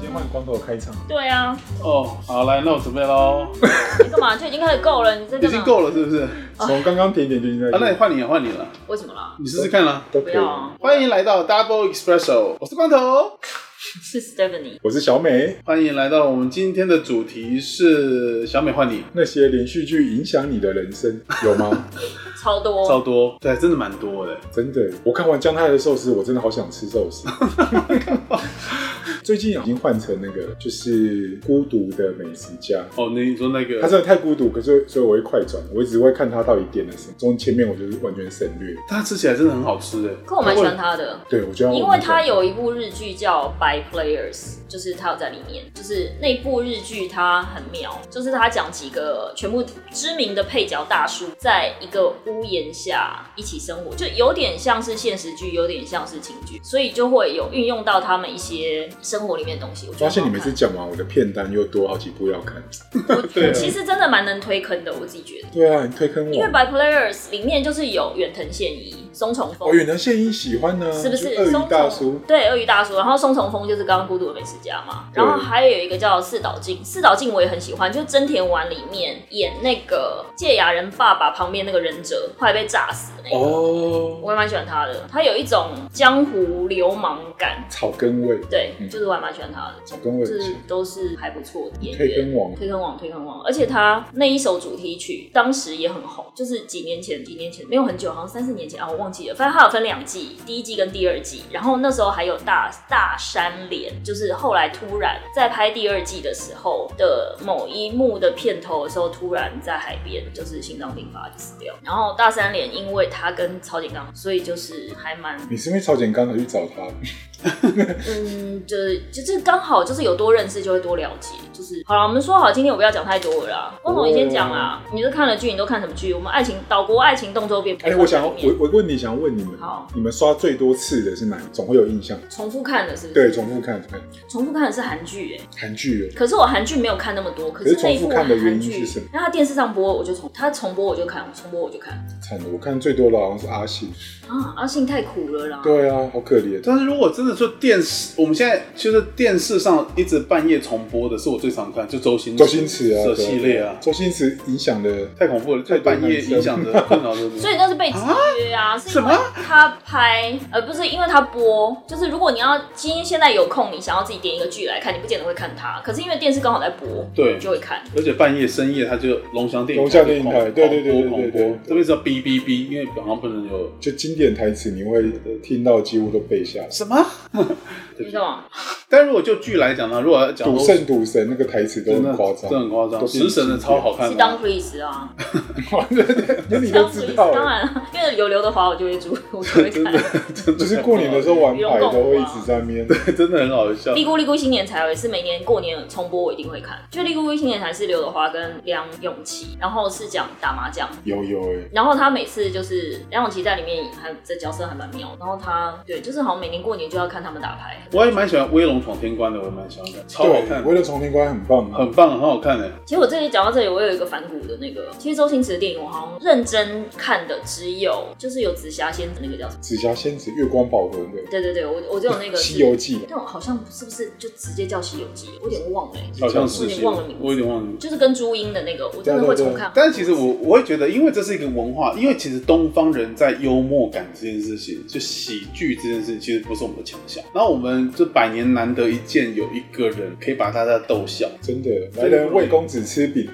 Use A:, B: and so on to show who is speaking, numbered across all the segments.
A: 连换广告开场，
B: 对啊，
C: 哦，好，来，那我准备喽。
A: 嗯
B: 你干嘛？就已经开始够了，你真的
C: 已
B: 吗
C: 经够了，是不是？啊，
B: 哦
A: 从刚刚甜点就已经在
C: 那你换你啊了，换你了，
B: 为什么啦？
C: 你试试看啦。
A: 都
B: 啊不
A: 可
B: 要
A: 以。
B: 啊，
C: 欢迎来到 Double Espresso，我是光头。
B: 是 Stephanie。
A: 我是小美，
C: 欢迎来到我们今天的主题是小美换你，
A: 那些连续剧影响你的人生 有吗？
B: 超多，
C: 超多，对，真的蛮多的。
A: 真的，我看完姜太的寿司，我真的好想吃寿司。最近已经换成那个，就是孤独的美食家。
C: 哦，那你说那
A: 他
C: 个，
A: 真的太孤独，可是所以我会快转，我只会看他到底点了什么，中前面我就是完全省略。
C: 它吃起来真的很好吃哎。
B: 可我蛮喜欢他的，
A: 对，我觉得
B: 因为他有一部日剧叫《By Players》，就是他有在里面，就是那部日剧他很妙，就是他讲几个全部知名的配角大叔在一个屋檐下一起生活，就有点像是现实剧，有点像是情剧，所以就会有运用到他们一些生活里面的东西。我觉得
A: 发现你
B: 很好
A: 每
B: 看
A: 次讲完，我的片单又多好几部要看。
C: 对啊
B: 其实真的蛮能推坑的，我自己觉得。
A: 对啊，你推坑
B: 因
A: 我。
B: 为《By Players》里面就是有远藤宪一、松重
A: 哦，
B: 丰，
A: 远藤宪一喜欢呢，
B: 是不是
A: 就鳄
B: 松
A: 鱼大叔
B: 重？对，鳄鱼大叔。然后松重丰就是刚刚《孤独的美食家》嘛，
A: 对
B: 然后还有一个叫四岛静，四岛静我也很喜欢，就是《真田丸》里面演那个芥雅人爸爸旁边那个忍者，后来被炸死的那个，
A: 哦，
B: 我也蛮喜欢他的。他有一种江湖流氓感，
A: 草根味，
B: 对，
A: 嗯
B: 就是我还蛮喜欢他的。
A: 草根味
B: 这
A: 很强。
B: 都是还不错的演员。
A: 推坑王
B: 推坑王，推坑王，而且他那一首主题曲当时也很红，就是几年前，几年前没有很久，好像三四年前啊，我忘记了。反正他有分两季，第一季跟第二季。然后那时候还有大大山连，就是后来突然在拍第二季的时候的某一幕的片头的时候，突然在海边就是心脏病发死掉。然后大山连因为他跟曹景刚，所以就是还蛮
A: 你是因为超简刚才去找他？
B: 嗯，就是就是刚好就是有多认识就会多了解，就是好了。我们说好今天我不要讲太多了啦，光头你先讲啦。
A: 哦
B: 你是看了剧，你都看什么剧？我们爱情岛国爱情动作片，
A: 哎，我想要我我问你，想要问你们
B: 好，
A: 你们刷最多次的是哪一种？会有印象？
B: 重复看的是不是？
A: 对，重复看看
B: 重复看的是韩剧哎。
A: 韩剧了，
B: 可是我韩剧没有看那么多，可是
A: 可是
B: 那一部
A: 重复看的原因
B: 韩剧
A: 是什么
B: 那他电视上播我就重，他重播我就看，重播我就看
A: 惨了，我看最多的好像是阿信。
B: 啊！阿信太苦了啦。
A: 对啊，好可怜。
C: 但是如果真的说电视，我们现在就是电视上一直半夜重播的，是我最常看，就周星
A: 周星驰啊，
C: 的
A: 对
C: 系列啊，
A: 周星驰影响的
C: 太恐怖了，在半夜影响着困扰着你。
B: 所以那是被制约啊，是因为
C: 什
B: 他拍，呃，不是因为他播，就是如果你要今天现在有空，你想要自己点一个剧来看，你不见得会看它，可是因为电视刚好在播，
C: 对
B: 你就会看。
C: 而且半夜深夜，他就龙翔电影
A: 龙翔电影台
C: 狂
A: 对对对对
C: 狂播
A: 对对
C: 狂播这边是要哔哔哔，因为好像不能有
A: 就经典台词，你会听到几乎都背下来。
C: 什么。
B: 你知道吗？
C: 但如果就剧来讲呢，如果要讲
A: 赌圣赌神那个台词都
C: 真的
A: 很夸张，
C: 真的很夸
A: 都
C: 张，
A: 是
C: 食神的超好看
B: 是
C: 的
B: 当
C: 啊。
B: Freeze 啊，
A: 对对对，你都
B: 当
A: 知
B: Freeze
A: 道欸
B: 当
A: 了。
B: 然啊，因为有刘德华，我就会注，我就 会看。
A: 就是过年的时候玩牌都会一直在面，
C: 候，真的很好笑。
B: 利咕利咕新年才有一次，每年过年重播我一定会看。就利咕利咕新年才是刘德华跟梁咏琪，然后是讲打麻将，
A: 有有哎，
B: 然后他每次就是梁咏琪在里面还这角色还蛮妙，然后他对就是好像每年过年就要看他们打牌，
C: 我也蛮喜欢《威龙闯天关》的，我也蛮喜欢看，超好
A: 对，
C: 看，
A: 为了重天关很棒啊，
C: 很棒，很好看的。
B: 其实我这里讲到这里，我有一个反骨的那个，其实周星驰的电影我好像认真看的只有就是有紫霞仙子那个叫什么？
A: 紫霞仙子、月光宝盒的
B: 对对对，我我只有那个
A: 《
B: 是
A: 西游记》
B: 但我好像是不是就直接叫《西游记》？我有点忘了、欸，
C: 好像
B: 我
C: 是
B: 有点忘了名字
C: 我有点忘了。
B: 就是跟朱茵的那个，我真的
A: 对
B: 会
A: 对对
B: 重看。
C: 但其实我我会觉得，因为这是一个文化，因为其实东方人在幽默感这件事情，就喜剧这件事情，其实不是我们的强项。然后我们这百年难得一见有一个人可以把大家逗笑，
A: 真的来人喂公子吃饼，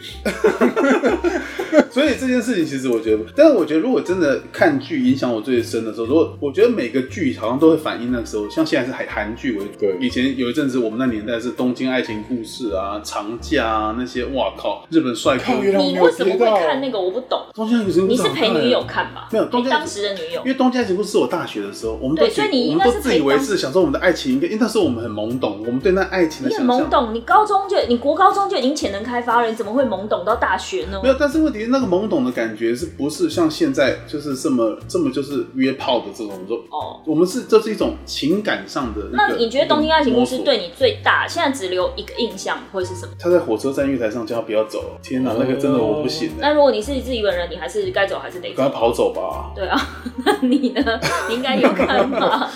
C: 所以这件事情其实我觉得，但是我觉得如果真的看剧影响我最深的时候，如果我觉得每个剧好像都会反映那个时候，像现在是韩韩剧为主，
A: 对
C: 以前有一阵子我们那年代是《东京爱情故事》啊、《长假》啊那些，哇靠，日本帅哥
A: 靠，月亮没
B: 你
A: 有
B: 为什么
A: 跌
B: 会
A: 到，
B: 看那个？我不懂。
C: 东京爱情故
B: 你
C: 事》
B: 是陪
C: 好看
B: 女友看吧？
C: 啊没有东
B: 陪
C: 京
B: 当时的女友
C: 因。为《东京爱情故事》是我大学的时候，我们都
B: 对所以你
C: 我
B: 应
C: 们
B: 该是
C: 都自以为是，想说我们的爱情应该，因为那时候我们很懵懂，我们对那爱情的
B: 你
C: 想
B: 很懵
C: 象。
B: 懂，你高中就你国高中就已经潜能开发了，你怎么会懵懂到大学呢
C: 没？有，但是问题是那个懵懂的感觉是不是像现在就是这么这么就是约炮的这种？我说
B: 哦，
C: 我们是这是一种情感上的个、
B: 那你觉得《东京爱情故事
C: 一》个摸索
B: 对？你最大现在只留一个印象会是什么？
C: 他在火车站月台上叫他不要走，天哪，那个真的我不行、欸，
B: 那如果你是自己本人，你还是该走还是得
C: 赶快
B: 走。
C: 跑走吧。
B: 对啊，那你呢？你应该有看吧？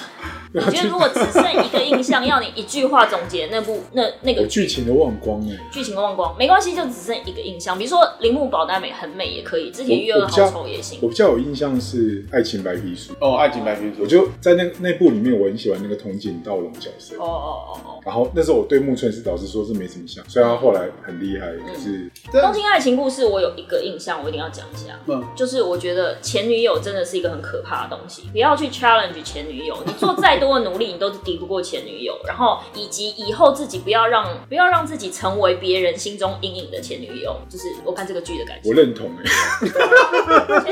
B: 我觉得如果只剩一个印象，要你一句话总结那部那那个
A: 我剧情都忘光哎、
B: 剧情忘光，没关系，就只剩一个印象。比如说铃木保奈美很美也可以，之前月
A: 我
B: 恶
A: 我比较
B: 好丑也行。
A: 我比较有印象是《爱情白皮书》，
C: 哦，《爱情白皮书》
A: 我就在那那部里面，我很喜欢那个筒井道龙角色。
B: 哦哦哦哦，
A: 然后那时候我对木村是老实说是没什么想，虽然他后来很厉害，可是
B: 《
C: 但
B: 东京爱情故事》我有一个印象，我一定要讲一下。
C: 嗯，
B: 就是我觉得前女友真的是一个很可怕的东西，不要去 challenge 前女友，你做再多的努力，你都敌不过前女友。然后以及以后自己不要让不要让自己成为别人心中阴影的前女友，就是我看这个剧的感觉
A: 我。认同 哎、
B: 前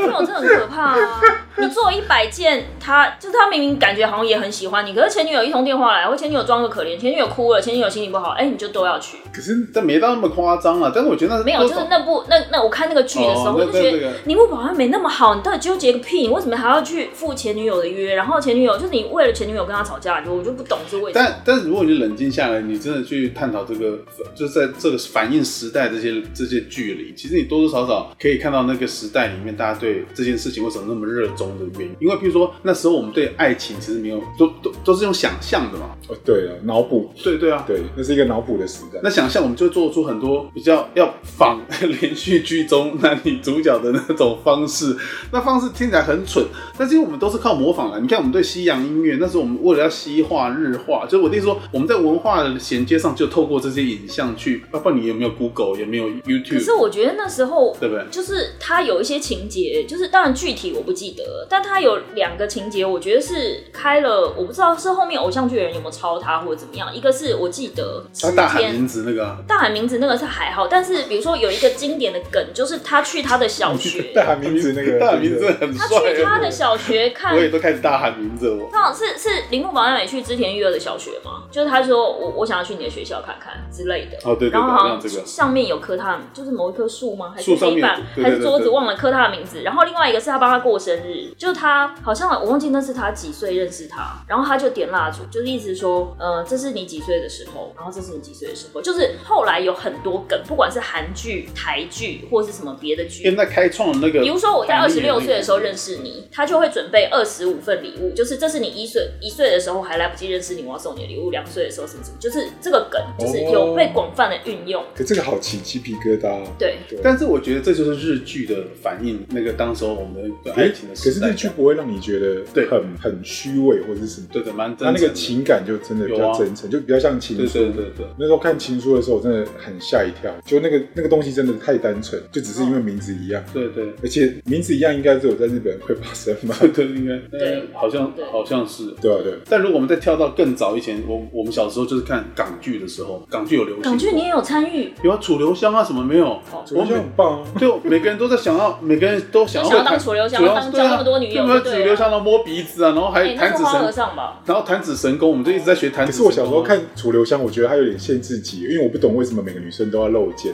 B: 女友真的很可怕啊！你做一百件，他就是他明明感觉好像也很喜欢你，可是前女友一通电话来，或前女友装个可怜，前女友哭了，前女友心情不好，哎、你就都要去。
A: 可是
C: 但没到那么夸张了。但是我觉得那
B: 没有，
C: 多
B: 就
C: 少
B: 是那部那那我看那个剧的时候，
C: 哦
B: 我就
C: 那
B: 觉
C: 那那
B: 得
C: 个
B: 你木保安没那么好，你到底纠结个屁？你为什么还要去赴前女友的约？然后前女友就是你为了前女友跟他吵架，你就我就不懂是为什么。
C: 但但是如果你冷静下来，你真的去探讨这个，就是在这个反映时代这些这些距离，其实你多多少少可以看到那个时代里面大家对这件事情为什么那么热衷的原因。因为比如说那时候我们对爱情其实没有都都都是用想象的嘛，
A: 哦对了，脑补
C: 对对啊。
A: 对，那是一个脑补的时代。
C: 那想象我们就做出很多比较要仿呃连续剧中男女主角的那种方式，那方式听起来很蠢，但是因为我们都是靠模仿来。你看我们对西洋音乐，那时候我们为了要西化日化，就是我弟说我们在文化的衔接上就透过这些影像去，包括你有没有 Google，有没有
B: 可是
C: YouTube，
B: 我觉得那时候
C: 对不对？
B: 就是他有一些情节，就是当然具体我不记得了，但他有两个情节，我觉得是开了，我不知道是后面偶像剧的人有没有抄他或者怎么样。一个是我记得
C: 他
B: 时
C: 大喊
B: 间。
C: 名字那个、啊，
B: 大喊名字那个是还好，但是比如说有一个经典的梗，就是他去他的小学，
A: 大喊名字那 个，
C: 大喊名字
A: 真的
C: 很
B: 他
C: 帅、
B: 去他的小学看
C: 我也都开始大喊名字了我。
B: 那是是铃木保奈美去织田裕二的小学吗？就是他说我我想要去你的学校看看之类的。
C: 哦，对对对，
B: 然后好像
C: 让这个
B: 上面有刻他，就是某一棵树吗？还是
C: 树上
B: 黑
C: 面
B: 板，
C: 对对
B: 还是桌
C: 对
B: 子
C: 对
B: 忘了刻他的名字？然后另外一个是他帮他过生日，就是他好像我忘记那是他几岁认识他，然后他就点蜡烛，就是一直说，呃，这是你几岁的时候，然后这是你几岁的时候，就是后来有很多梗，不管是韩剧、台剧或是什么别的剧，
C: 因为那开创的那个，
B: 比如说我在二十六岁的时候认
C: 识，
B: 识你，他就会准备二十五份礼物，就是这是你一岁一岁的时候还来不及认识你，我要送你的礼物；两岁的时候什么什么，就是这个梗就是有
C: 哦
B: 被广泛的运用。
A: 可这个好起鸡皮疙瘩哦、
B: 对，
C: 但是我觉得这就是日剧的反映，那个当时候我们的爱情的
A: 可
C: 时
A: 是
C: 代
A: 日剧不会让你觉得
C: 对
A: 很很虚伪或者是什么，
C: 对的，蛮真
A: 他那
C: 诚
A: 个
C: 的啊
A: 情感就真的比较真诚，就比较像情
C: 对
A: 书。
C: 对对对，
A: 那时候看情书的时候，我真的很吓一跳，就那个那个东西真的太单纯，就只是因为名字一样，
C: 对对
A: 而且名字一样应该只有在日本会发生 嘛。
C: 对对，应该
B: 对
C: 呃好像
B: 对
C: 好像是。
A: 对啊，对啊，
C: 但如果我们再跳到更早以前，我我们小时候就是看港剧的时候，港剧有流行过，
B: 港剧你也有参与，
C: 有啊，楚留香啊什么没有？
B: 哦
A: 我觉得很棒啊。
C: 就每个人都在想要，每个人都想要
B: 就想要当楚留香
C: 对
B: 当交那么多女友
C: 对啊
B: 就对
C: 楚
B: 了
C: 留香，然后摸鼻子啊，然后还
B: 哎、那
C: 弹
B: 是
C: 指
B: 花和
C: 神，
B: 尚吧？
C: 然后弹指神功，我们就一直在学弹
A: 可
C: 指
A: 是
C: 神功啊。
A: 我小时候看楚留香，我觉得它有点限制级，因为我不懂为什么每个女生都要露肩。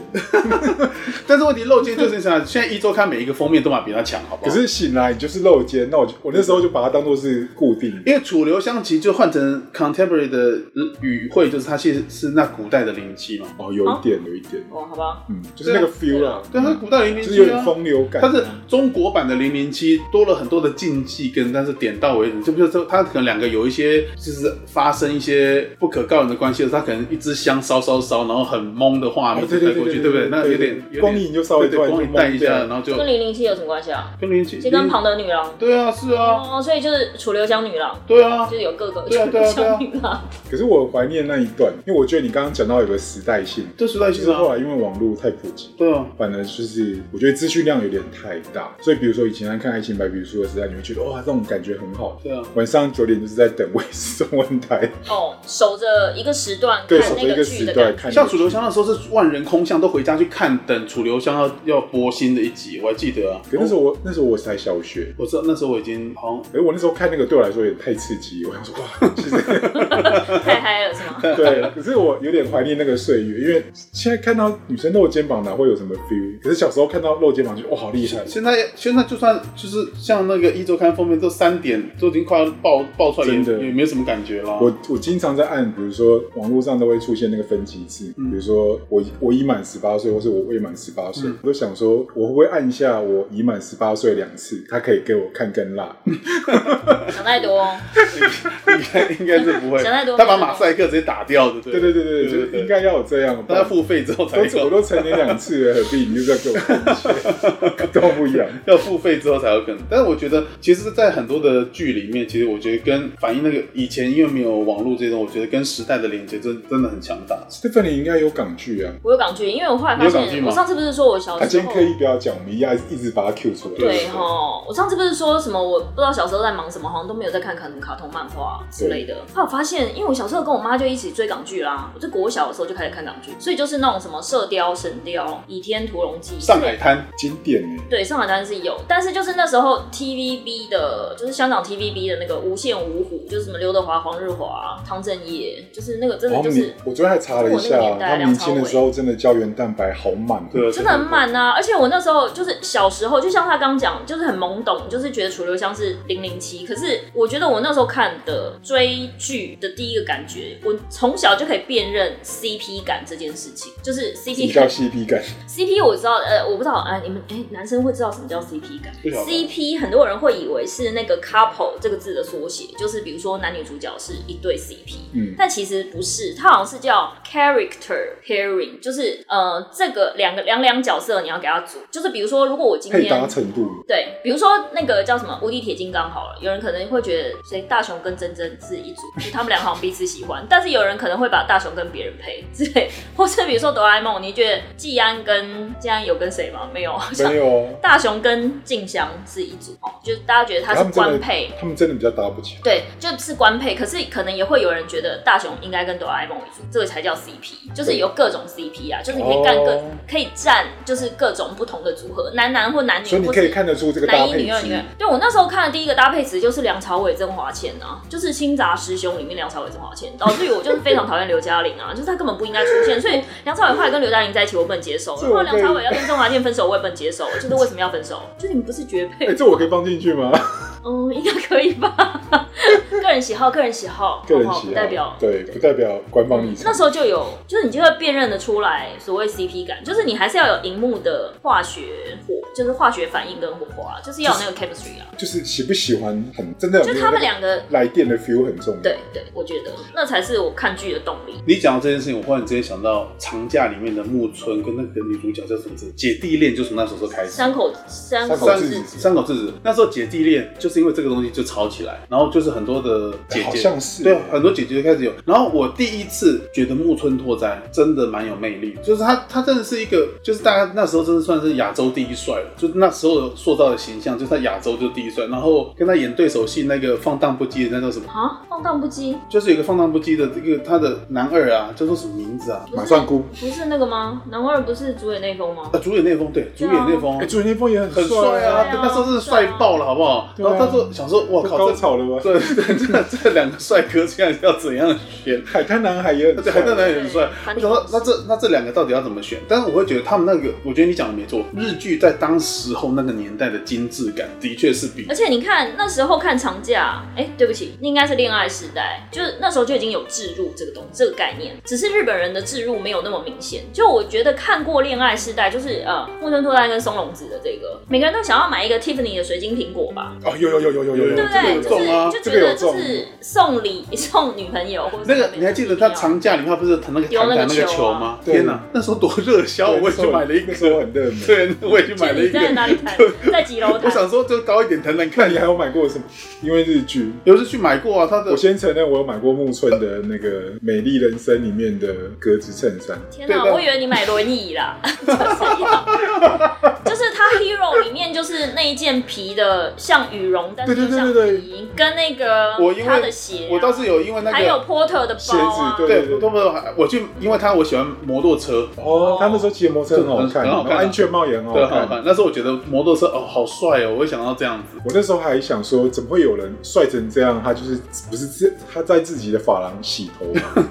C: 但是问题漏接就是想，现在一周刊每一个封面都嘛比他强，好不好？
A: 可是醒来你就是露肩，那我就我那时候就把它当做是固定。
C: 因为楚留香其实就换成 contemporary 的语汇，就是它其实是那古代的灵气嘛。
A: 哦，有一点，有一点，
B: 哦，好吧，
A: 嗯，就是那个 feel 啦，
C: 啊
A: 嗯
C: 对，它啊是古代零
A: 就
C: 零
A: 是有
C: 七
A: 点
C: 啊。
A: 风流感。
C: 它是中国版的零零七，多了很多的禁忌跟，但是点到为止，就比如说它可能两个有一些就是发生一些不可告人的关系的时候，它可能一支香烧烧烧，然后很懵的画面
A: 哦
C: 带
A: 对对
C: 过去，
A: 对对
C: 对不
A: 对对
C: 对？那有点
A: 对
C: 有点
A: 光影就稍微
C: 对
A: 突
C: 对
A: 然就
C: 光影带一
A: 懵
C: 下，
A: 掉
C: 然后就
B: 这跟零零七有什么关系啊？
C: 跟零零七
B: 就跟庞德女郎。
C: 对啊，是啊，
B: 哦，所以就是楚留香女郎，
C: 对啊
B: 就，是有各个
C: 对啊
B: 楚
C: 对
B: 留
C: 啊对啊
B: 香女郎。
A: 可是我怀念那一段，因为我觉得你刚刚讲到有个时代性，
C: 这时代
A: 就
C: 性
A: 是
C: 啊
A: 后来因为网络太普及，
C: 对啊，
A: 反而就是我觉得资讯量有点太大，所以比如说以前在看《爱情白皮书》的时代，你会觉得哇，这种感觉很好。
C: 对啊。
A: 晚上九点就是在等卫视中文台，
B: 哦，守着一个时段看
A: 对，守着
B: 那
A: 一
B: 个
A: 个
B: 剧
A: 时
B: 的
A: 段
B: 感觉。
A: 看。
C: 像楚留香那时候是万人空巷，都回家去看，等楚留香要要播新的一集，我还记得啊。
A: 可那时候我那时候我才小学，
C: 我知道那时候我已经好像
A: 可是我那时候看那个对我来说有点太刺激，我想说哇，其实。
B: 太嗨了是吗？
A: 对，可是我有点怀念那个岁月，因为现在看到女生露肩膀哪会有什么 feel？可是小时候看到露肩膀就哇好厉害，
C: 现在现在就算就是现像那个一周刊封面都三点，都已经快要爆爆出来，也
A: 真的
C: 也没什么感觉啦。
A: 我我经常在按，比如说网络上都会出现那个分级制，
C: 嗯
A: 比如说我我已满十八岁，或是我未满十八岁
C: 嗯，
A: 我都想说我会不会按一下我已满十八岁两次，他可以给我看更辣。
C: 嗯
B: 想太多哦，
C: 应该应该是不会，
B: 想太多
C: 他把马赛克直接打掉的，对
A: 对对对对，就是应。该要有这样。
C: 他要付费之后才
A: 都我
C: 有，
A: 都成年两次了，何必你就不要给我看一 些都不一样。
C: 要付费之后才有可能。但是我觉得，其实，在很多的剧里面，其实我觉得跟反映那个以前因为没有网络这种，我觉得跟时代的连接真真的很强大。
A: Stephanie 应该有港剧啊，
B: 我有港剧，因为我后来发
C: 你有港剧
B: 现，
C: 吗啊
B: 我上次不是说我小
A: 他
B: 时
A: 啊今天
B: 候
A: 刻。意不要讲，我们一样一直把它 Q 出来。
B: 对哈，我上次不是说什么我不知道小时候在忙什么，好像都没有在看卡通、卡通漫画之类的。后来我发现，因为我小时候跟我妈就一起追港剧啦，我在国小的时候就开始看港剧，所以就是那种什么《射雕》《神雕》《倚天屠龙记》
C: 上海滩，
A: 经典哎，
B: 对，上海滩是有，但是就是那时候 TVB 的，就是香港 TVB 的那个无线五虎，就是什么刘德华、黄日华、汤镇业，就是那个真的
A: 然后
B: 就
A: 你
C: 哦
B: 是，
A: 我昨天还查了一
B: 我那个
A: 下，
B: 年代
A: 他年轻的
B: 梁朝伟
A: 时候真的胶原蛋白好满，
C: 对
B: 真的很慢呐、而且我那时候就是小时候，就像他刚讲，就是很懵懂，就是觉得楚留香是零零七。可是我觉得我那时候看的追剧的第一个感觉，我从小就可以辨认 CP 感这件事情，就是
A: 比
B: CP
A: 较
B: 感。
A: CP 感。
B: CP 我知道，呃，我不知道，哎、你们哎、男生会知道什么叫 CP 感
C: 不晓得
B: ？CP 很多人会以为是那个 couple 这个字的缩写，就是比如说男女主角是一对 CP，
A: 嗯，
B: 但其实不是，它好像是叫 character pairing，就是呃，这个两个两两角色你要给他组，就是比如说，如果我今
A: 配搭
B: 天
A: 程度
B: 对，比如说那个叫什么《无敌铁金刚》好了，有人可能会觉得，所以大雄跟珍珍是一组，就他们俩好像彼此喜欢，但是有人可能会把大雄跟别人配之类，或是比如说哆啦 A 梦，你觉得季安跟季安有跟谁吗？没有，好像
A: 没有哦，
B: 大雄跟静香是一组哦，就是大家觉得他
A: 他
B: 是
A: 们真的
B: 官配，
A: 他们真的比较搭不起来。
B: 对，就是官配，可是可能也会有人觉得大雄应该跟哆啦 A 梦为主，这个才叫 CP，就是有各种 CP 啊，就是你可以干各、
A: 哦
B: 可以占就是各种不同的组合，男男或男女，
A: 所以你
B: 或
A: 可以
B: 是
A: 看得出这个搭
B: 男一
A: 配
B: 女二女二
A: 值，。
B: 对我那时候看的第一个搭配词就是梁朝伟、曾华倩啊，就是《新杂师兄》里面梁朝伟、曾华倩，导致于我就是非常讨厌刘嘉玲啊，就是她根本不应该出现，所以梁朝伟后来跟刘嘉玲在一起，我不能接受了；
A: 这
B: 然
A: 我
B: 后
A: 可以
B: 梁朝伟要跟曾华倩分手，我也不能接受了，就是为什么要分手？就是你们不是绝配
A: 哎，这我可以放进去吗？
B: 嗯，应该可以吧？个人喜好，个人喜 好，
A: 个人
B: 好不好
A: 喜
B: 不
A: 好，
B: 代表。嗯
A: 对，不代表官方立
B: 那
A: 场。
B: 时候就有，就是你就会辨认得出来所谓 CP 感，就是你还是要有荧幕的化学火，就是化学反应跟火花，就是要有那个 chemistry 啊，
A: 就是喜不喜欢很真的有没
B: 就
A: 有那个，
B: 他们两个，
A: 来电的 feel 很重要。
B: 对对，我觉得那才是我看剧的动力。
C: 你讲到这件事情，我忽然之间想到长假里面的木村跟那个女主角叫什么字？姐弟恋就从那时候开始。
B: 山口山
A: 山
B: 口
A: 口
C: 三
A: 智
B: 智
A: 子
C: 三口智子那时候姐弟恋就是因为这个东西就吵起来，然后就是很多的姐
A: 哎
C: 姐，
A: 好像是
C: 对，很多姐姐就开始有。然后我第一次觉得木村拓哉真的蛮有魅力，就是他他真的是一个，就是大家那时候真的算是亚洲第一帅了，就是那时候塑造的形象，就是他亚洲就第一帅。然后跟他演对手戏那个放荡不羁的那叫什么？
B: 啊，放荡不羁
C: 就是有一个放荡不羁的这个他的男二啊，叫做什么名字啊？
A: 马上哭。
B: 不是那个吗？男二不是主演那封吗
C: 啊，？主演那封对，主演那封
A: 哎，朱元峰也很
C: 很帅啊，
B: 对啊
C: 那时候真的帅爆了，好不好？
A: 对
C: 然
A: 啊
C: 后他说想说，我
A: 我
C: 靠，
A: 高
C: 这
A: 潮了吧？
C: 这这 这这两个帅哥现在要怎样选？
A: 海滩男孩哎也很
C: 这
A: 帅，
C: 还真的很帅。
B: 反
C: 我
B: 正
C: 想说，那这那这两个到底要怎么选？但是我会觉得他们那个，我觉得你讲的没错，日剧在当时候那个年代的精致感，的确是比
B: 而且你看那时候看长假，哎、对不起，那应该是恋爱时代，就是那时候就已经有置入这个东这个概念，只是日本人的置入没有那么明显。就我觉得看过恋爱时代，就是呃木村拓哉跟松隆子的这个，每个人都想要买一个 Tiffany 的水晶苹果吧，
A: 哦，有有有有有有有，
B: 对不
C: 这个
B: 对？
C: 有
B: 就
C: 中啊
B: 是就
A: 这
B: 觉
A: 个有
B: 得就
A: 中
B: 是送礼 送女朋友或者
C: 那个。你还记得他长假里面他不是弹那个
B: 有
C: 弹
B: 那个
C: 弹那个
B: 球
C: 球
B: 啊
C: 吗？
A: 对
C: 天哪，那时候多热销，我也去买了一
A: 那时候
C: 个。
A: 很热门。
C: 对，我也去买
B: 就
C: 了一
B: 你
C: 个
B: 在。哪里 谈？在几楼
C: 我
B: 谈？
C: 想说，就高一点弹弹
A: 那
C: 看。
A: 你还有买过什么？因为日剧，
C: 有时去买过啊，他的
A: 我先承认我有买过木村的那个《美丽人生》里面的格子衬衫，
B: 天
C: 对
B: 哪，
C: 的
B: 我以为你买轮椅 啦，就是要，就是它 Hero 里面就是那一件皮的，像羽绒，但是
A: 对
B: 又
A: 对
B: 像皮，
A: 对对
B: 跟那个
C: 我因为
B: 他的鞋啊、
C: 我倒是有因为那
B: 还有
C: 个
B: Porter 的包啊，
A: 鞋子
C: 对，不不，我去，因为他我喜欢摩托车，
A: 哦，他那时候骑的摩托车很好看，
C: 很
A: 然
C: 好
A: 后
C: 看啊
A: 安全帽也很好
C: 对，好
A: 哦看。
C: 看。那时候我觉得摩托车哦，好帅哦，我会想到这样子。
A: 我那时候还想说，怎么会有人帅成这样？他就是不是自他在自己的发廊洗头吗？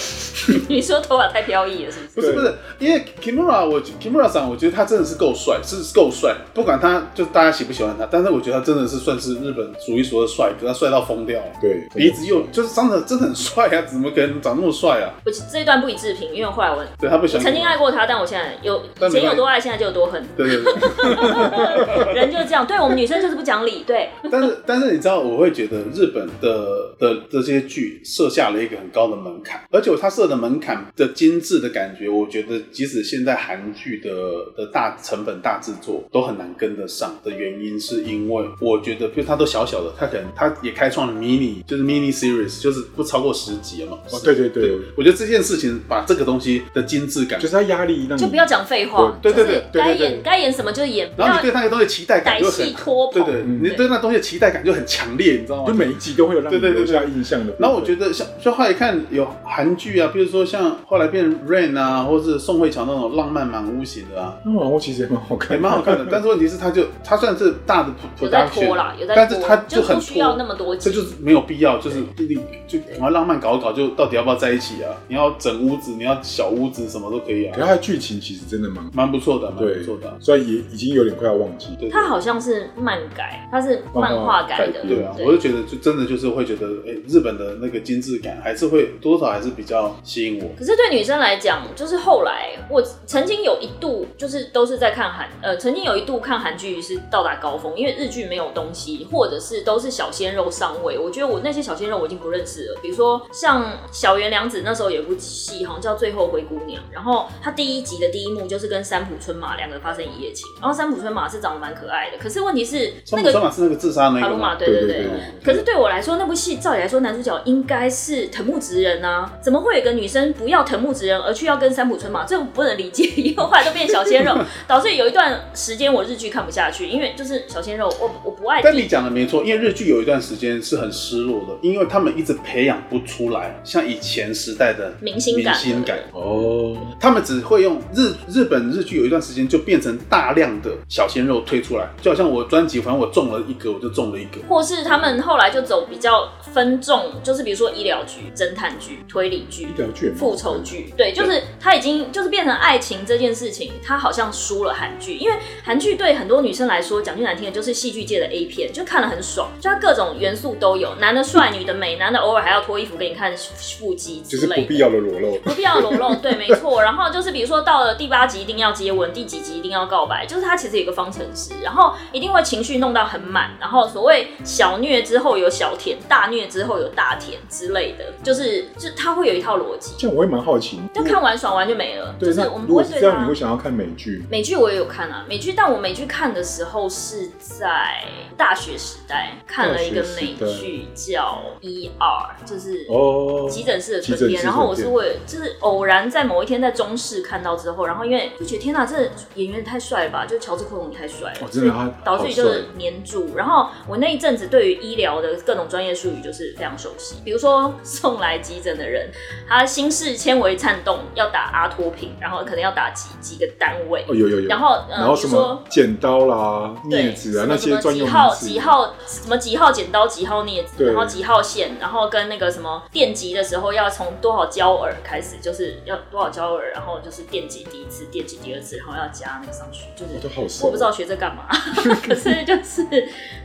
B: 你说头发太飘逸了是不
C: 不
B: 是？
C: 是不是，因为 Kimura 我 Kimura 上，我觉得他真的是够帅，是够帅。不管他就大家喜不喜欢他，但是我觉得他真的是算是日本数一数二帅哥，他帅到疯掉了，
A: 对，
C: 鼻子又就是长得真的很帅啊，怎么可能长那么帅啊？
B: 我这一段不予置评，因为后来我
C: 对他不喜
B: 我
C: 欢，
B: 曾经爱过他，但我现在有
C: 但
B: 以
C: 没
B: 前有多爱，现在就有多恨。
C: 对对对。
B: 人就是这样，对我们女生就是不讲理。对，
C: 但是但是你知道，我会觉得日本的的这些剧设下了一个很高的门槛，而且它设的门槛的精致的感觉，我觉得即使现在韩剧的的大成本大制作都很难跟得上的原因，是因为我觉得，比如它都小小的，它可能它也开创了 mini 就是 mini series，就是不超过十集了嘛。
A: 哦对对对
C: 我觉得这件事情把这个东西的精致感
A: 就。是他压力让你
B: 就不要讲废话。
C: 对对对
B: 就是
A: 对
B: 该
A: 对对
B: 演该演什么就演，不
C: 然后
B: 要
C: 你对那个东西期待感
B: 歹
C: 就很
B: 戏，拖
C: 对
B: 棚。
C: 对，
A: 嗯
C: 你对那东西的期待感就很强烈，你知道吗？
A: 就每一集都会有让你
C: 对对对
A: 留
C: 对
A: 下印象的部分。
C: 然后我觉得像就后来看有韩剧啊，比如说像后来变 Rain 啊，或是宋慧乔那种浪漫满屋型的啊，
A: 那网络其实也蛮好看，
C: 也蛮好看的。但是问题是，它就它算是大的
B: 有在拖
C: production，
B: 啦，有在拖，
C: 但是它
B: 就
C: 很
B: 不需要
C: 拖
B: 那。么多集
C: 这就是没有必要，就是你就赶快浪漫搞一搞，就到底要不要在一起啊？你要整屋子，你要小屋子，什么都可以
A: 可是
C: 啊，
A: 它的剧情其实真的蛮
C: 蛮不错的，蛮
A: 对
C: 不错的啊。，
A: 虽然也已经有点快要忘记。
C: 对，
B: 它好像是漫改，它是漫画改的。
C: 对啊，我就觉得就真的就是会觉得，哎、日本的那个精致感还是会多少还是比较吸引我。
B: 可是对女生来讲，就是后来我曾经有一度就是都是在看韩，呃，曾经有一度看韩剧是到达高峰，因为日剧没有东西，或者是都是小鲜肉上位。我觉得我那些小鲜肉我已经不认识了，比如说像小原良子那时候有一部戏，好像叫《最后灰姑娘》，然后她第一集的第一幕就是跟三浦春马两个人发生一夜情，然后三浦春马是长得蛮可爱的，可是问题是
C: 川
B: 那
C: 普
B: 个
C: 川马是那个自杀那
B: 卡
C: 个
B: 鲁
C: 吗
B: 马，？对对
A: 对
B: 对
A: 对。
B: 可是对我来说，那部戏照理来说，男主角应该是藤木直人啊，怎么会有一个女生不要藤木直人，而去要跟三浦春马？这我不能理解，因为后来都变小鲜肉，导致有一段时间我日剧看不下去，因为就是小鲜肉，我我不爱
C: 但你
B: 地。
C: 讲的没错，因为日剧有一段时间是很失落的，因为他们一直培养不出来像以前时代的
B: 明星感
C: 明星感
A: 哦，
C: 他们只会用日日本日剧有一段时间就变成大量的小鲜肉推出来，就好像我专辑，反正我中了一个我就中了一 个，
B: 或是他们后来就走比较分众，就是比如说医疗剧、侦探剧、推理剧
A: 医、疗剧也蛮好
B: 复
A: 看的
B: 仇，剧，对，就是他已经就是变成爱情这件事情，他好像输了韩剧，因为韩剧对很多女生来说，讲句难听的，就是戏剧界的 A 片，就看了很爽，就它各种元素都有，男的帅，女的美，男的偶尔还要脱衣服给你看腹肌
A: 就
B: 之
A: 是
B: 类
A: 不必
B: 的。
A: 要的裸露。
B: 不必要裸露，对，没错。然后就是比如说到了第八集一定要接吻，第几集一定要告白，就是它其实有一个方程式，然后一定会情绪弄到很满，然后所谓小虐之后有小甜，大虐之后有大甜之类的，就是就它会有一套逻辑。
A: 这样我也蛮好奇，
B: 就看完爽完就没了，就
A: 对，
B: 是
A: 那
B: 我们
A: 如
B: 不
A: 果
B: 会
A: 是
B: 对
A: 这样，你
B: 它
A: 会。想要看美剧？
B: 美剧我也有看啊，美剧，但我美剧看的时候是在大学时代看了一个美
A: 大学时
B: 剧叫《E.R.》，就是
A: 哦，
B: 急诊室的
A: 急
B: 春
A: 诊室
B: 天。然后我是
A: 春天
B: 为了就是偶然在某一天在中视看到之后，然后因为就觉得天哪，这演员也太帅了吧，就乔治·克隆尼太帅了
A: 哦，真的他
B: 导
A: 好
B: 致于就是
A: 帅
B: 黏住。然后我那一阵子对于医疗的各种专业术语就是非常熟悉，比如说 送来急诊的人，他心室纤维颤动要打阿托品，然后可能要打几几个单位，
A: 哦，有有有，
B: 然后
A: 然
B: 呃
A: 后
B: 比
A: 什
B: 如说
A: 么。剪刀啦、镊
B: 对，
A: 子
B: 什
A: 啊
B: 么
A: 那
B: 什么
A: 些专用
B: 几号
A: 名词啊
B: 几号什么几号剪刀几号镊子，
A: 对
B: 然后几号线，然后跟那个什么电极的时候要从多少焦耳开始，就是要多少焦耳，然后就是电极第一次，电极第二次，然后要加那个上去，就是
A: 我都好熟，
B: 我不知道学这干嘛， 可是就是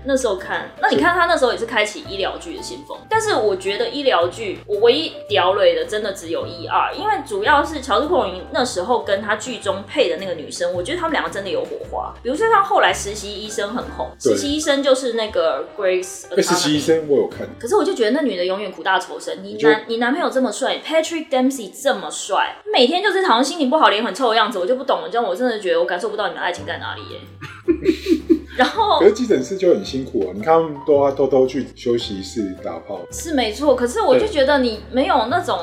B: 那时候看，那你看他那时候也是开启医疗剧的先锋，但是我觉得医疗剧我唯一屌蕊的真的只有一二，因为主要是乔治·克隆尼那时候跟他剧中配的那个女生，我觉得他们两个真的有火花。比如说像后来实习医生很红，
A: 对
B: 实习医生就是那个 Grace，
A: 哎，实习医。生我有看，
B: 可是我就觉得那女的永远苦大仇深。你
A: 你就
B: 男你男朋友这么帅，Patrick Dempsey 这么帅，每天就是好像心情不好、脸很臭的样子，我就不懂了。这样我真的觉得我感受不到你们的爱情在哪里耶。 然后
A: 可是急诊室就很辛苦啊，你看他们都要偷偷去休息室打炮，
B: 是没错，可是我就
C: 对
B: 觉得你没有那种。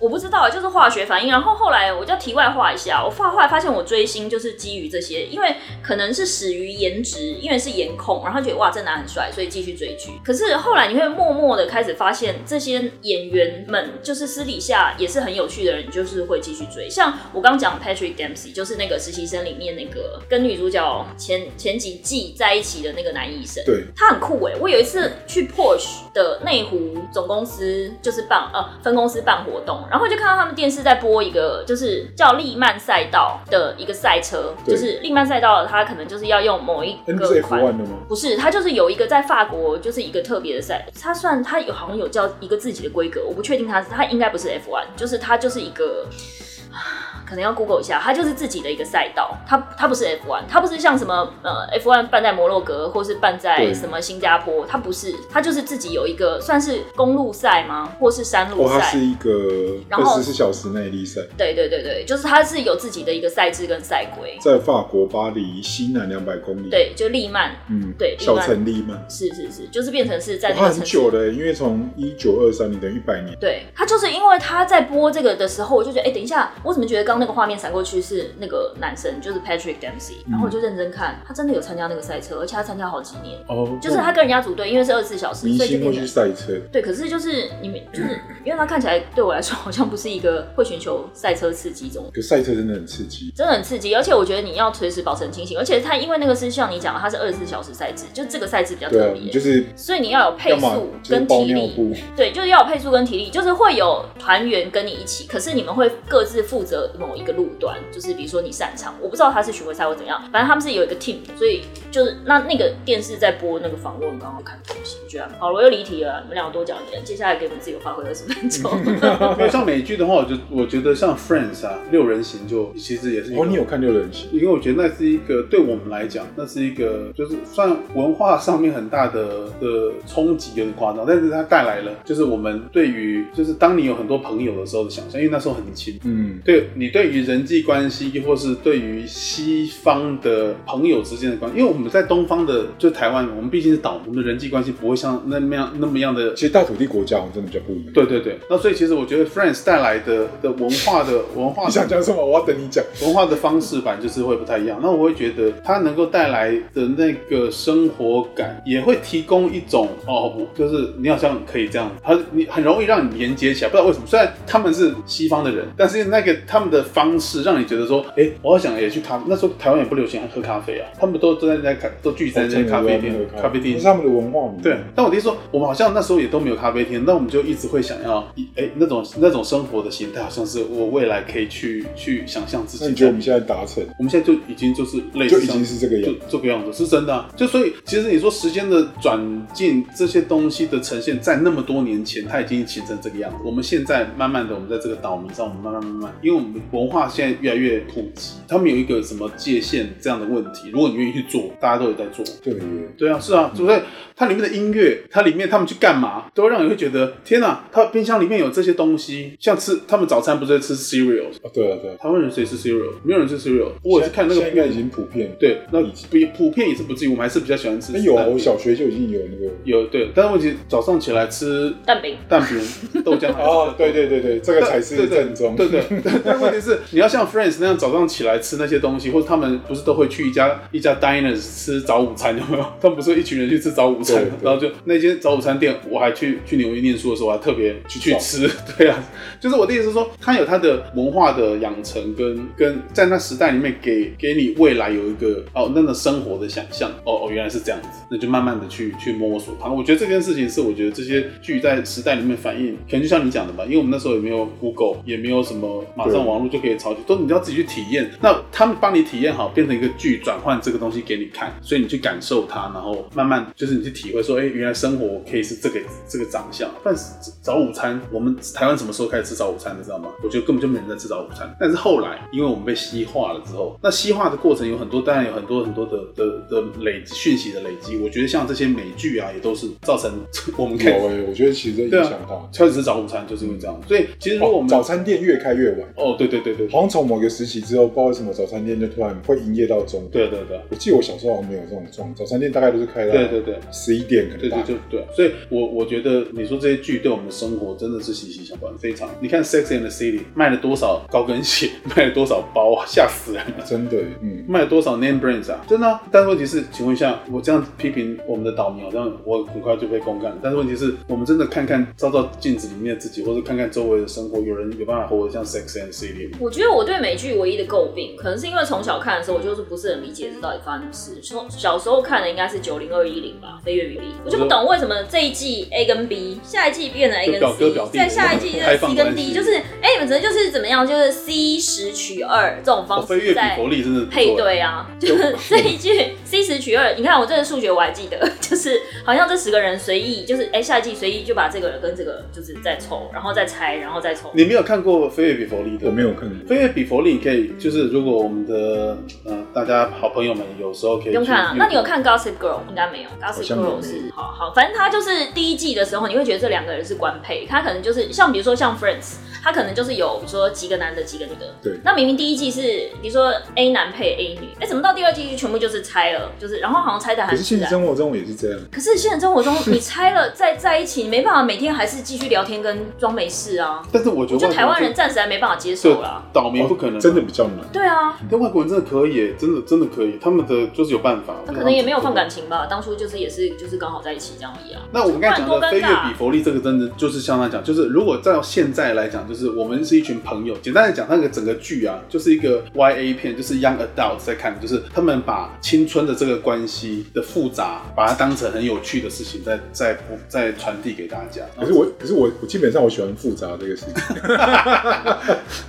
B: 我不知道，就是化学反应。然后后来我就题外话一下，我发后来发现我追星就是基于这些，因为可能是始于颜值，因为是颜控，然后觉得哇这男很帅，所以继续追剧。可是后来你会默默的开始发现，这些演员们就是私底下也是很有趣的人，你就是会继续追。像我刚讲 Patrick Dempsey，就是那个实习生里面那个跟女主角前前几季在一起的那个男医生，
A: 对，
B: 他很酷哎、我有一次去 Porsche 的内湖总公司，就是办呃分公司办活动，然后就看到他们电视在播一个，就是叫利曼赛道的一个赛车，
A: 对
B: 就是利曼赛道，它可能就是要用某一
A: 哎，那不
B: 个
A: 是 F
B: 款。
A: 1的吗？
B: 不是，它就是有一个在法国，就是一个特别的赛，它算它有好像有叫一个自己的规格，我不确定它是，它应该不是 F1，就是它就是一个。啊可能要 Google 一下，它就是自己的一个赛道，它它不是 F1，它不是像什么呃 F1 办在摩洛哥或是办在
A: 对
B: 什么新加坡，它不是，它就是自己有一个算是公路赛吗，或是山路
A: 哦，它
B: 赛
A: 是？一个
B: 然后
A: 二十四小时耐力赛，
B: 对对对对，就是它是有自己的一个赛制跟赛规，
A: 在法国巴黎西南两百公里。，
B: 对，就利曼，
A: 嗯，
B: 对利
A: 小
B: 曼
A: 城利曼，
B: 是是是，就是变成是在
A: 哇
B: 那
A: 它哦
B: 个
A: 很
B: 城市
A: 久了，欸因为从一九二三年等于一百年。
B: 对他就是因为他在播这个的时候，我就觉得，哎、等一下，我怎么觉得刚那个画面闪过去是那个男生，就是 Patrick Dempsey，然
A: 嗯
B: 后我就认真看，他真的有参加那个赛车，而且他参加好几年，
A: 哦，
B: 就是他跟人家组队，因为是二十四小时，
A: 明
B: 所以就
A: 星会
B: 变
A: 去
B: 成。
A: 赛车，
B: 对，可是就是 你们，就是因为他看起来对我来说好像不是一个会寻求赛车刺激这种
A: 可赛车真的很刺激。
B: 真的很刺激，而且我觉得你要随时保持很清醒，而且它因为那个是像你讲的，它是二十四小时赛制，就这个赛制比较
A: 对
B: 特
A: 啊，
B: 别，
A: 你就是
B: 所以你要有
A: 要
B: 配
A: 么
B: 速
A: 就是
B: 跟
A: 包
B: 体
A: 尿
B: 力，
A: 布，
B: 对，就是要有配速跟体力，就是会有团员跟你一起，可是你们会各自负责某一个路段，就是比如说你擅长，我不知道他是巡回赛或怎样，反正他们是有一个 team，的所以就是那那个电视在播那个访问，刚刚看东西，我觉得好了，我又离题了，你们两个多讲一点，接下来给我们自由发挥二十分钟。
C: 因为像美剧的话，我就我觉得像 Friends 啊，六人行就其实也是一个
A: 哦，你有看六人行？
C: 因为我觉得那是一个对我们来讲，那是一个就是算文化上面很大的呃的冲击，有点夸张，但是它带来了就是我们对于就是当你有很多朋友的时候的想象，因为那时候很亲。
A: 嗯，
C: 对你对于人际关系，或是对于西方的朋友之间的关系，因为我们在东方的，就台湾，我们毕竟是岛，我们的人际关系不会像那么样那么样的
A: 其实大土地国家我们真的比较不一样。
C: 对对对，那所以其实我觉得 Friends 带来的的文化的文 化
A: 你想讲什么？我要等你讲。
C: 文化的方式版就是会不太一样。那我会觉得它能够带来的那个生活感，也会提供一种哦，我就是你好像可以这样，它你很容易让你连接起来。不知道为什么，虽然他们是西方的人，但是那个他们的方式让你觉得说，哎，我好想也去咖。那时候台湾也不流行喝咖啡啊，他们都都在那咖都聚集在那些咖啡
A: 哦我真
C: 店
A: 的没有看、过
C: 咖啡
A: 那
C: 厅
A: 是。他们的文化里。
C: 对，，但我听说我们好像那时候也都没有咖啡厅，那我们就一直会想要，哎，那种那种生活的形态，好像是我未来可以去去想象自己。
A: 那你觉得我们现在达成，
C: 我们现在就已经就是类似
A: 就已经是这个样
C: 就这个样子，是真的、啊。就所以其实你说时间的转进这些东西的呈现，在那么多年前它已经形成这个样子。我们现在慢慢的，我们在这个岛民上，我们慢慢慢慢，因为我们文化现在越来越普及，他们有一个什么界限这样的问题。如果你愿意去做，大家都有在做。
A: 对耶，
C: 对啊，是啊，所以它里面的音乐，它里面他们去干嘛，都会让你会觉得天哪、它冰箱里面有这些东西，像吃他们早餐不是在吃 cereal，
A: 啊，对啊，对啊。
C: 台湾人谁吃 cereal？没有人吃 cereal。我也是看那个
A: 现在应该已经普遍了。
C: 对，那比普遍也是不至于，我们还是比较喜欢吃
A: 那
C: 蛋饼。
A: 有啊，我小学就已经有那个。
C: 有对，但是问题早上起来吃
B: 蛋饼，
C: 蛋饼、豆浆还 是
A: 哦，对对对对，这个
C: 但
A: 才是
C: 对对
A: 正宗。
C: 对对，对 但问题是你要像 Friends 那样早上起来吃那些东西，或者他们不是都会去一家一家 diners 吃早午餐，有没有？ 他们不是一群人去吃早午餐
A: 对，对
C: 然后就那间早午餐店，我还去去纽约念书的时候，我还特别去去
A: 爽
C: 吃。 对啊，就是我的意思是说，它有它的文化的养成跟跟在那时代里面给给你未来有一个哦那个生活的想象。哦哦，原来是这样子，那就慢慢的去去摸索它。我觉得这件事情是我觉得这些剧在时代里面反映，可能就像你讲的吧，因为我们那时候也没有 Google，也没有什么马上
A: 对
C: 网络就可以抄袭，都你要自己去体验。那他们帮你体验好，变成一个剧，转换这个东西给你看，所以你去感受它，然后慢慢就是你去体会说，哎、原来生活可以是这个这个长相。但是早午餐，我们台湾什么时候开始吃早午餐，你知道吗？我觉得根本就没人在吃早午餐。但是后来，因为我们被西化了之后，那西化的过程有很多，当然有很多很多的的的累积讯息的累积。我觉得像这些美剧啊，也都是造成我们开始
A: 有哎，我觉得其实影
C: 对
A: 响
C: 啊
A: 到，。哦
C: 开始吃早午餐就是因为这样。所以其实如果我们、
A: 早餐店越开越晚，
C: 哦，对对对对，
A: 好像从某个时期之后，不知道为什么早餐店就突然会营业到中午。
C: 对对对。
A: 我记得我小时候好像没有这种状况，早餐店大概都是开到
C: 对对对，
A: 十一点可能
C: 对
A: 大
C: 对
A: 概。
C: 对对，所以我我觉得你说这些剧对我们的生活真的是息息相关，非常。你看《Sex and the City》卖了多少高跟鞋， 卖了多少包啊，吓死人 了。
A: 真的，嗯，
C: 卖了多少 name brands 啊？真的啊、但是问题是，请问一下，我这样批评我们的岛民，好像我很快就被公干了。但是问题是我们真的看看照照镜子里面的自己，或者看看周围的生活，有人有办法活得像 Sex and the City 吗？
B: 我觉得我对美剧唯一的诟病，可能是因为从小看的时候，我就是不是很理解这到底发生什么事。从小时候看的应该是九零二一零吧，《飞跃与力》，我就不懂为什么这一季 A 跟 B，下一季变成 A
C: 就表哥表
B: 跟 C，再
C: 弟
B: 下一季就是
C: 开放
B: C 跟
C: 关
B: D，
C: 系
B: 就是哎、你们只能就是怎么样，就是 C 十取二这种
C: 哦
B: 方
C: 飞
B: 式
C: 跃比
B: 在
C: 佛利真哦的不错欸
B: 配，对啊，就是这一句 C 十取二。你看我这个数学我还记得，就是好像这十个人随意，就是哎、下一季随意就把这个人跟这个就是再凑，然后再拆，然后再凑。
C: 你没有看过飞跃比佛利的？
A: 我没有看过
C: 飞。跃比佛利，你可以就是如果我们的呃大家好朋友们有时候可以
B: 不用
C: 去
B: 看啊，
C: 阅
B: 那你有看《Gossip Girl》应该没有，《Gossip
A: 像没有
B: Girl 是》好好，反正他就是第一季的时候，你会觉得这两个人是官配，他可能就是像比如说像 Friends，他可能就是有说几个男的几个女的，
A: 对
B: 那明明第一季是比如说 A 男配 A 女，哎、怎么到第二季就全部就是拆了，就是然后好像拆的还
A: 可是
B: 自
A: 现实
B: 然。
A: 生活中也是这样，
B: 可是现实生 活中，你拆了再在一起，你没办法每天还是继续聊天跟装没事啊。
C: 但是我觉
B: 我
C: 得
B: 觉得台湾人啊
C: 在
B: 暂时还没办法接受啦。
C: 岛民不可能
A: 哦真的比较难。
B: 对啊，
C: 但外国人真的可以耶，真的真的可以，他们的就是有办法。
B: 他可能也没
A: 啊
B: 有放感。情吧，当初就是也是就是刚好在一起这样而已啊。
C: 那我们刚才讲
B: 不然多
C: 的
B: 尴
C: 飞跃
B: 尬
C: 比佛利这个真的就是像他讲，就是如果照现在来讲，就是我们是一群朋友。简单的讲，那个整个剧啊，就是一个 Y A 片，就是 Young Adult 在看，就是他们把青春的这个关系的复杂，把它当成很有趣的事情在在在传递给大家。
A: 可是我，可是我，我基本上我喜欢复杂这个事情。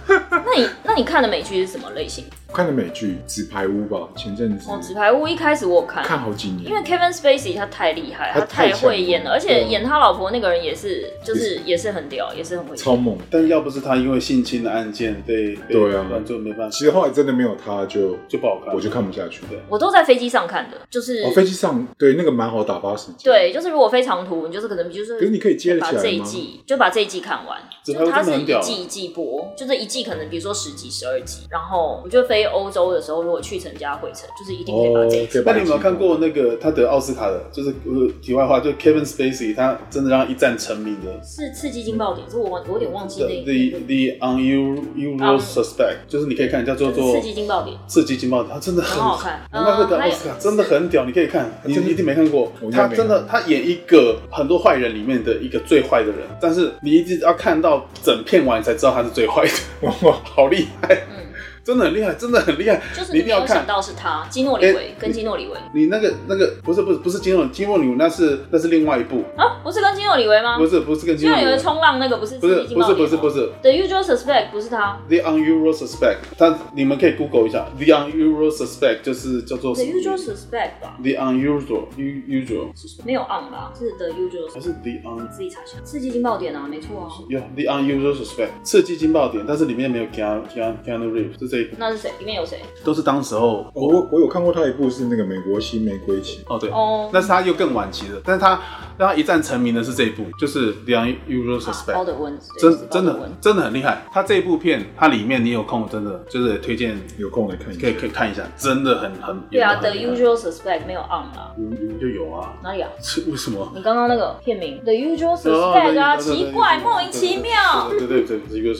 B: 那你那你看的美剧是什么类型？
A: 看的美剧《纸牌屋》吧，前阵子
B: 哦，《纸牌屋》一开始我有看，
A: 看好几年，
B: 因为 Kevin Spacey 他太厉害，
A: 他
B: 他
A: 太
B: 太
A: 强了
B: 会演了，而且演他老婆那个人也是，就
A: 也
B: 是也是很屌，也是很会
A: 超
B: 演。
A: 猛。
C: 但要不是他因为性侵的案件被被
A: 对啊
C: 就没办法，
A: 其实后来真的没有他就
C: 就不好看，
A: 我就看不下去。
C: 对
B: 我都在飞机上看的，就是
A: 哦，飞机上对那个蛮好打发时间。，
B: 对，就是如果飞长途，你就是可能就是，
A: 可是你可以接得起
B: 把
A: 来吗
B: 这一季就把这一季看完，
C: 纸
B: 就
C: 牌屋
B: 它
C: 真的
B: 是
C: 很屌
B: 一季一季播，就是一季可能比如说十集、十二集，然后我觉得飞欧洲的时候，如果去程加回程，就是一定可以把
A: 哦
B: 这一，季。
A: 可以把
C: 那你有没有
A: 它
C: 看过那个他得奥斯卡的？就是呃，题外话，就 Kevin Spacey，他真的让他一战成名的。
B: 是刺激劲爆点，这我忘我有点忘记
C: The
B: 那个
C: The on you you r o
B: On-
C: suspect，就是你可以看，叫做做
B: Um，刺激劲爆点，
C: 刺激劲爆点，他真的很
B: 很好看
C: 难怪会得
B: 嗯还
C: 奥
B: 有
C: 斯卡，真的很屌，你可以看，你
A: 真的
C: 一定没看过
A: 我应。该
C: 他
A: 没
C: 真的，他演一个很多坏人里面的一个最坏的人，但是你一直要看到整片完，你才知道他是最坏的，
A: 哇，
C: 好厉害，
B: 嗯，
C: 真的很厉害，真的很厉害，
B: 就是你
C: 你一
B: 没
C: 定要
B: 有
C: 看
B: 想。到是他，基诺里维
C: 哎
B: 跟基诺里维
C: 你那个那个不是不是不是金融金融女，那是那是另外一部，
B: 啊，不是跟基诺里维吗
C: 不？是不是跟
B: 基
C: 金
B: 诺
C: 融
B: 里维
C: 女，
B: 冲浪那个不是
C: 不
B: 刺
C: 是
B: 激劲
C: 不
B: 爆点
C: 是不
B: 吗
C: 是不是。
B: ，The Usual Suspect 不是他
C: The unusual suspect，它你们可以 Google 一下，The unusual suspect 就是叫做
B: ，The
C: 什么
B: Usual Suspect 吧，
C: The unusual u- usual suspect，
B: 没有 on 吧，是 The Usual，
C: 还是 The un
B: 自己查一下，刺激劲爆点啊，没错啊，
C: 有 The unusual suspect 刺激劲爆点，但是里面没有 Keanu Keanu Keanu Reeves，就这一部
B: 那是谁？里面有谁？
C: 都是当时候
A: 哦我我有看过他一部是那个《美国新玫瑰情》，
C: 哦对，
B: 哦，
C: 那是他又更晚期的，但是他让他一战成名的是这一部，就是 The unusual
B: 啊包
C: suspect。
B: 的温，对
C: 真
B: 是包
C: 真
B: 德
C: 的
B: 温
C: 真的很厉害，他这一部片，它里面你有空真的就是推荐
A: 有空来看一
C: 可以可
A: 下。
C: 以看一下，真的很很
B: 对啊
C: 的
B: ，The Usual Suspect 没有 on 啦，
C: 你你们就有啊，
B: 哪里啊？
C: 是为什么？
B: 你刚刚那个片名 The Usual
C: 哦
B: Suspect 啊，
C: 对对对
B: 奇怪，
C: 对对对
B: 莫名其妙。
C: 对对对，对一个 是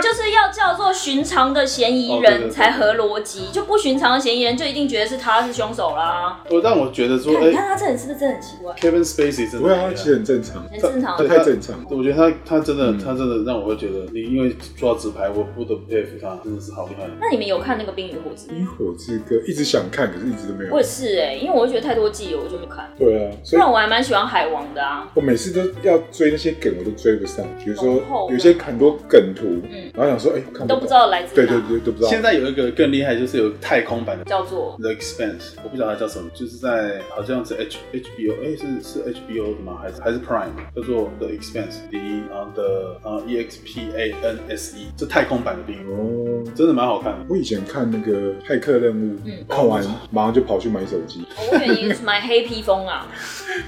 B: 就是要叫做寻常的嫌疑
C: 哦对对对
B: 人才合逻辑，就不寻常的嫌疑人就一定觉得是他是凶手啦。
C: 我让我觉得 说，
B: 看，
C: 哎、
B: 你看他这人是不是真的很奇怪？
C: k e v i n Spacey 真
A: 不会啊，
C: 的
A: 其实很正常，
B: 很正常啊
A: 他。太正常。
C: 我觉得他他真的、
A: 嗯
C: 他真的让我会觉得，你因为抓纸牌，我不得不佩服他，真的是好厉害。
B: 那你们有看那个《冰与火之歌》？
A: 冰火之歌一直想看，可是一直都没有
B: 我也。是哎、因为我就觉得太多季了，我就没看。
A: 对啊，
B: 不
A: 所以
B: 然我还蛮喜欢海王的啊。
A: 我每次都要追那些梗，我都追不上。比如
B: 往后
A: 说有些很多梗图，
B: 嗯
A: 然后想说，哎，看
B: 都
A: 懂
B: 不知道来自
A: 对
B: 哪，
A: 对对，都不知道。
C: 现在有一个更厉害，就是有太空版的。
B: 叫做
C: The Expanse，我不晓得它叫什么，就是在好像是 H HBO，哎、是是 HBO 的吗？还是还是 Prime？叫做 The Expanse，The 啊的啊 E X P A N S E，这太空版的电影，
A: 哦，
C: 真的蛮好看的。
A: 我以前看那个骇客任务，
B: 嗯
A: 看完马上就跑去买手机。
B: 哦我原因是买黑披 风啊，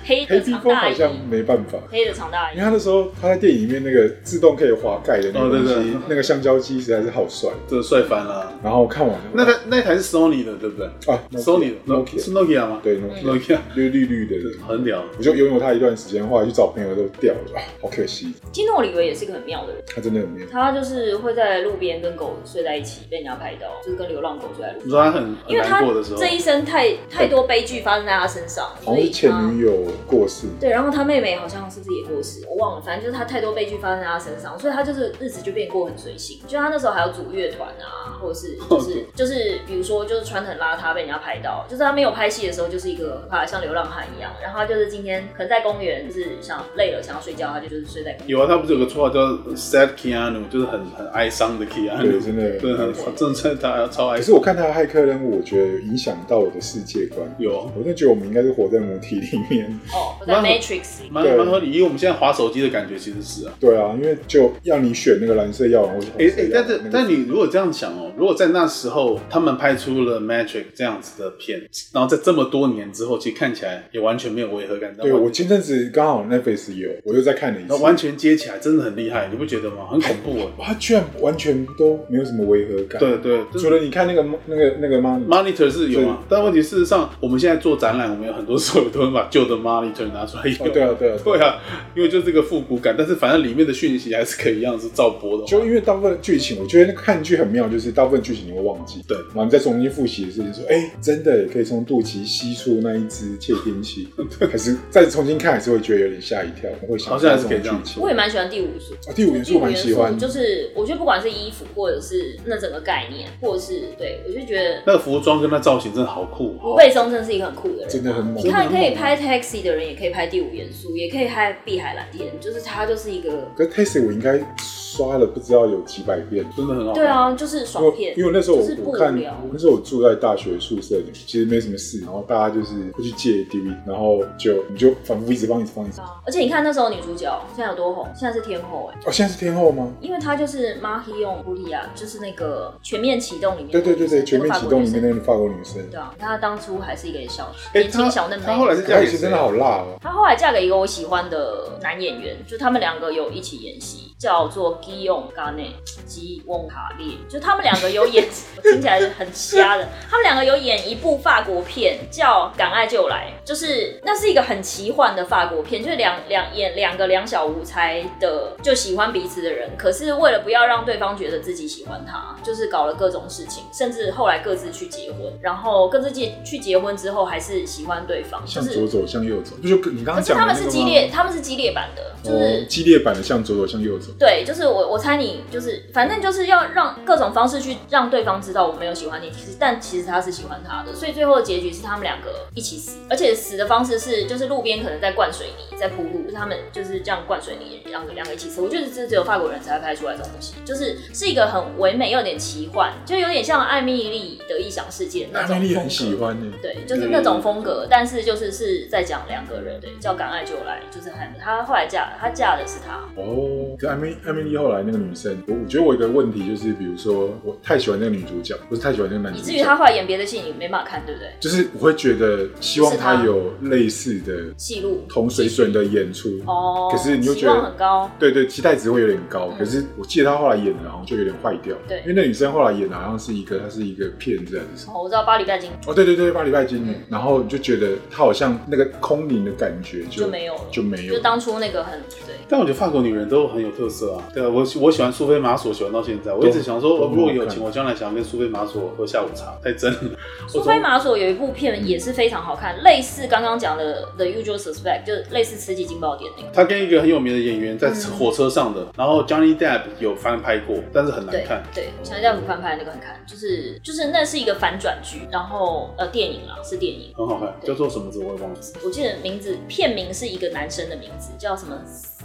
B: 黑
A: 黑
B: 的
A: 披
B: 长
A: 风
B: 大
A: 好
B: 衣，
A: 像没办法，
B: 黑的长大
A: 因
B: 衣
A: 为。他那时候他在电影里面那个自动可以滑盖的那个
C: 哦对
A: 东西，
C: 对
A: 那个橡胶机实在是好帅。
C: 真的帅翻了。
A: 然后我看完
C: 那台那台是 Sony 的，对不对
A: 啊
C: ？Sony 的哦
A: Nokia
C: 是 Nokia 吗？
A: 对 Nokia
C: ，Nokia
A: 绿绿绿的，
C: 很屌。
A: 我就拥有它一段时间，后来去找朋友都掉了，啊好可惜，
B: 基诺里维也是一个很妙的人，
A: 它真的很妙。
B: 他就是会在路边跟狗睡在一起，被人家拍到，就是跟流浪狗睡在路边。
C: 你说他很很
B: 因为他
C: 难过的时候
B: 这，一生太太多悲剧发生在他身上，
A: 好
B: 所
A: 像是
B: 以
A: 前
B: 他
A: 女友过世，
B: 对，然后他妹妹好像是不是也过世，我忘了，反正就是他太多悲剧发生在他身上，所以他就是日子就变过很随性，就他那时候还有组乐团啊，或者 是就是就是比如说就是穿得很邋遢被人家拍到，就是他没有拍戏的时候就是一个很怕像流浪汉一样，然后他就是今天可能在公园就是想累了想要睡觉，他就就是睡在公园。
C: 有啊，他不是有个绰号叫 Sad Keanu，就是很很哀伤的 Keanu，
A: 对真的
C: 啊对，很真的他超哀
A: 可
C: 伤。
A: 是我看他的骇客任务，我觉得影响到我的世界观。
C: 有啊
A: 我真的觉得我们应该是活在母体里面。
B: 哦，我在
C: 那
B: Matrix 里面
C: 蛮
A: 对
C: 蛮合理，以我们现在滑手机的感觉其实是啊。
A: 对啊，因为就要你选那个蓝色药丸，或是
C: 哎
A: 红
C: 哎、
A: 色药丸
C: 但是
A: 那个
C: 但你如果这样想哦，如果在那时候他们拍出了《Magic》这样子的片，然后在这么多年之后，其实看起来也完全没有违和感。
A: 对我前阵子刚好 Netflix 有，我又再看了一次
C: 那，完全接起来真的很厉害，你不觉得吗？很恐怖哦。
A: 哇，居然完全都没有什么违和感。
C: 对，对，就是
A: 除了你看那个那个那个妈，
C: monitor 是有啊，但问题事实上，我们现在做展览，我们有很多时候都会把旧的 monitor 拿出来用。
A: 哦，对啊对啊，
C: 对啊，因为就是这个复古感，但是反正里面的讯息还是可以一样是照播的哦。
A: 就因为大部分剧情，我觉得那个看剧很妙，就是大部分剧情你会忘记，
C: 对
A: 然后你再重新复习的事情，说，哎、真的也可以从肚脐吸出那一只窃听 器，还是再重新看，还是会觉得有点吓一跳，我会想
C: 好像还是可以
A: 这种剧情
B: 我。也蛮喜欢第五组。
A: 啊，第五元素蛮喜欢，
B: 就是我觉得不管是衣服，或者是那整个概念，或者是对我就觉得
C: 那个服装跟那造型真的好酷
B: 吴
C: 哦。
B: 贝松真是一个很酷的人，
A: 真的很猛
B: 你看，可以拍 Taxi 的人，也可以拍第五元素，也可以拍碧海蓝天，就是他就是一个，
A: 可是 Taxi 我应该刷了不知道有几百遍，
C: 真的很好看。
B: 对啊，就是
A: 因为
B: 爽片
A: 因。为那时候我
B: 就是不
A: 我看
B: 无聊，
A: 那时候我住在大学宿舍里，其实没什么事，然后大家就是会去借 DVD，然后就你就反复一直放，一直放，一直放。
B: 啊而且你看那时候女主角现在有多红，现在是天后哎、
A: 哦，现在是天后吗？
B: 因为她就是 Mahion b u l i a 就是那个《全面启动》里面的
A: 对
B: 女
A: 对
B: 生，
A: 对对，《全面启动》里面
B: 那个法国
A: 那个法国
B: 女
A: 女生
B: 生，对啊，你看她当初还是一个小
C: 哎
B: 年
C: 她
B: 轻小嫩妹，
C: 她后来是
A: 她以前真的好辣哦。
B: 她后来嫁给一个我喜欢的男演员，就他们两个有一起演戏，叫做 Guillaume Garnet 吉翁卡列，就他们两个有演，我听起来很瞎的。他们两个有演一部法国片叫《敢爱就来》，就是那是一个很奇幻的法国片，就是两两演两个两小无猜的就喜欢彼此的人，可是为了不要让对方觉得自己喜欢他，就是搞了各种事情，甚至后来各自去结婚，然后各自结去结婚之后还是喜欢对方，就
A: 向
B: 是
A: 左走，向右走，不就你刚
B: 可
A: 刚
B: 是
A: 讲
B: 他
A: 的
B: 们
A: 那
B: 是
A: 个
B: 激
A: 吗
B: 烈，他们是激烈版的，就是。
A: 哦，激烈版的向左走，向右走。
B: 对，就是我，我猜你就是，反正就是要让各种方式去让对方知道我没有喜欢你，其实但其实他是喜欢他的，所以最后的结局是他们两个一起死，而且死的方式是就是路边可能在灌水泥，在铺路，就是他们就是这样灌水泥，两个两个一起死。我觉得这只有法国人才会拍出来这种东西，就是是一个很唯美又有点奇幻，就有点像艾米丽的异想世界那
A: 那
B: 种
A: 魅力
B: 风
A: 很
B: 格
A: 喜欢呢，
B: 对，就是那种风格，但是就是是在讲两个人，对，叫敢爱就来，就是很她后来嫁，她嫁的是他，
A: 哦，可艾米艾米丽后来那个女生，我我觉得我有一个问题就是，比如说我太喜欢那个女主角，不是太喜欢那个男
B: 以
A: 主
B: 至于
A: 角，
B: 她后来演别的戏你没办法看，对不对？
A: 就是我会觉得希望她有类似的
B: 戏路
A: 同水准的演出。
B: 哦，
A: 可是你又
B: 期
A: 觉得
B: 望很高，
A: 对对，期待值会有点高，
B: 嗯
A: 可是我记得她后来演的好像就有点坏掉。
B: 对
A: 因为那女生后来演的好像是一个，她是一个骗子还是什么？
B: 哦，我知道巴黎拜金
A: 哦，对对对，八礼拜金女
B: 嗯，
A: 然后你就觉得她好像那个空灵的感觉
B: 就没有了，
A: 就没有了
B: 就当初那个很对，
C: 但我觉得法国女人都很有特色啊。对啊，我喜我喜欢苏菲玛索，喜欢到现在。我一直想说，
A: 都很
C: 呃
A: 好看
C: 如果有钱，我将来想要跟苏菲玛索喝下午茶，太真了。
B: 苏菲玛索有一部片也是非常好看，类似刚刚讲的《The Usual Suspect》，就是类似《刺激惊爆点》那个。
C: 她跟一个很有名的演员在
B: 嗯
C: 火车上的，然后 Johnny Depp 有翻拍过，但是很难
B: 对
C: 看。
B: 对，强调不翻拍那个很看，就是就是那是一个反转剧，然后呃电影啦是电影，
C: 很好看，叫做什么字我也忘记。
B: 我记得名字片名是一个男生的名字，叫什么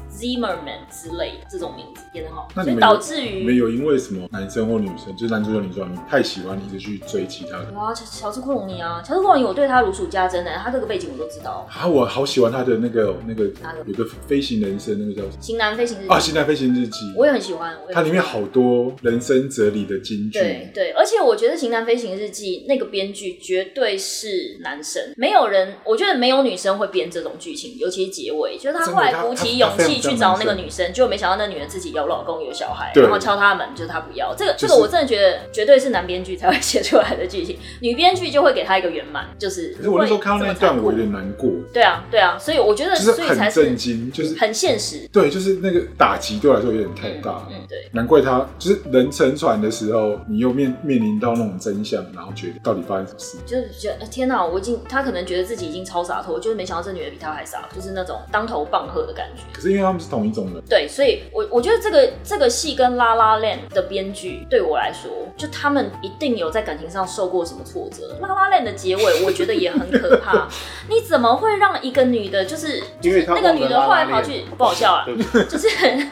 B: Zimmerman 之类的这种名字，演得好，
A: 那
B: 所
A: 你们
B: 以导致
A: 你们
B: 于
A: 有因为什么男生或女生，就是男主角女主角，你太喜欢，你一直去追其他的
B: 有啊，乔乔治·克隆尼啊，乔治·克隆尼我对他如数家珍的，他这个背景我都知道，
A: 啊？我好喜欢他的那个那个
B: 哪个
A: 有个飞行人生，那个叫什
B: 《型男飞行日记
A: 么啊？《现代飞行日记》，
B: 我也很喜欢，我也
A: 它
B: 很
A: 里
B: 喜
A: 面
B: 欢。
A: 好多人生哲理的金句。
B: 对对，而且我觉得《型男飞行日记》那个编剧绝对是男生，没有人，我觉得没有女生会编这种剧情，尤其是结尾，就是他
A: 真的
B: 后来
A: 他
B: 鼓起
A: 他
B: 勇
A: 他非常
B: 气去找那个女生，就没想到那女人自己有老公有小孩，
A: 对
B: 然后敲他门，就是他不要。这个
A: 就是
B: 这个我真的觉得绝对是男编剧才会 写出来的剧情，女编剧就会给他一个圆满，就是
A: 可是我那时候
B: 会
A: 看到那一
B: 这么残
A: 段，
B: 酷
A: 我有点难过，
B: 对啊对啊，所以我觉得
A: 就是
B: 所以才
A: 很震
B: 是
A: 惊，就是
B: 很现实，
A: 对，就是那个打击对我来说有点太大了。
B: 嗯，对。
A: 难怪他就是人沉船的时候，你又面面临到那种真相，然后觉得到底发生什么事？
B: 就是觉得呃天哪，我已经他可能觉得自己已经超洒脱，就是没想到这女的比他还洒，就是那种当头棒喝的感觉。
A: 可是因为他他们是同一种人。
B: 对，所以我我觉得这个这个戏跟《La La Land》的编剧对我来说，就他们一定有在感情上受过什么挫折。《La La Land》的结尾，我觉得也很可 怕。你怎么会让一个女的，就是就
C: 因为
B: 是
C: 她
B: 那个
C: 忘
B: 女
C: 了
B: 的
C: 拉
B: 后来
C: 拉
B: 跑
C: 链
B: 去不好笑啊，
C: 对不起，
B: 就是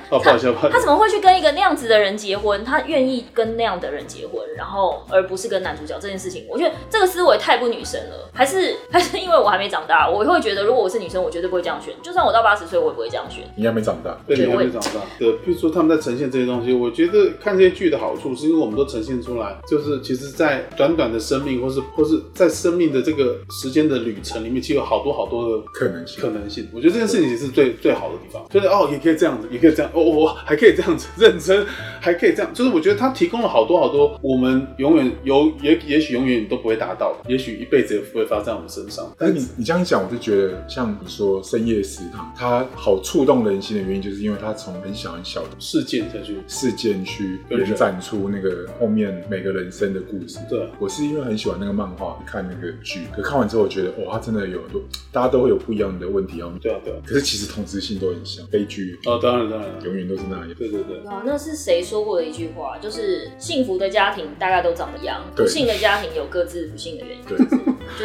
C: 哦，不好意 思，不好意
B: 她
C: 思
B: 怎么会去跟一个那样子的人结婚？她愿意跟那样的人结婚，然后而不是跟男主角这件事情，我觉得这个思维太不女生了。还是 还是因为我还没长大，我会觉得如果我是女生，我绝对不会这样选。就算我到八十岁，我也不会这样选。
A: 你还没长大，
C: 对，
B: 结
C: 你还
B: 尾
C: 没长大。对，比如说他们在呈现这些东西，我觉得看这些剧的好处，是因为我们都呈现出来，就是其实，在短短的生命，或是或是在生命的这个时间的旅程里面，其实有好多好多的
A: 可能性
C: 可能性。我觉得这件事情是最最好的地方，就是哦，也可以这样子，也可以这样，哦，我还可以这样子 认真，还可以这样，就是我觉得它提供了好多好多我们永远有也也许永远都不会达到的，也许一辈子也不会发生在我们身上。
A: 但是你你这样讲，我就觉得像你说深夜食堂，它好触动人心的原因，就是因为它从很小很小的
C: 事件下去，
A: 事件去
C: 跟人
A: 延展出那个后面每个人生的故事。
C: 对啊，
A: 我是因为很喜欢那个漫画，看那个剧，可看完之后我觉得，哦哇，它真的有很多，大家都会有不一样的问题要面对。
C: 对啊，对啊，
A: 可是其实同质性都很像，悲剧
C: 哦，当然当然，
A: 永远都是那样。
C: 对对对。
B: 啊，那是谁说过的一句话？就是幸福的家庭大概都长一样，
A: 对
B: 不幸的家庭有各自不幸的原因。
A: 对，
B: 就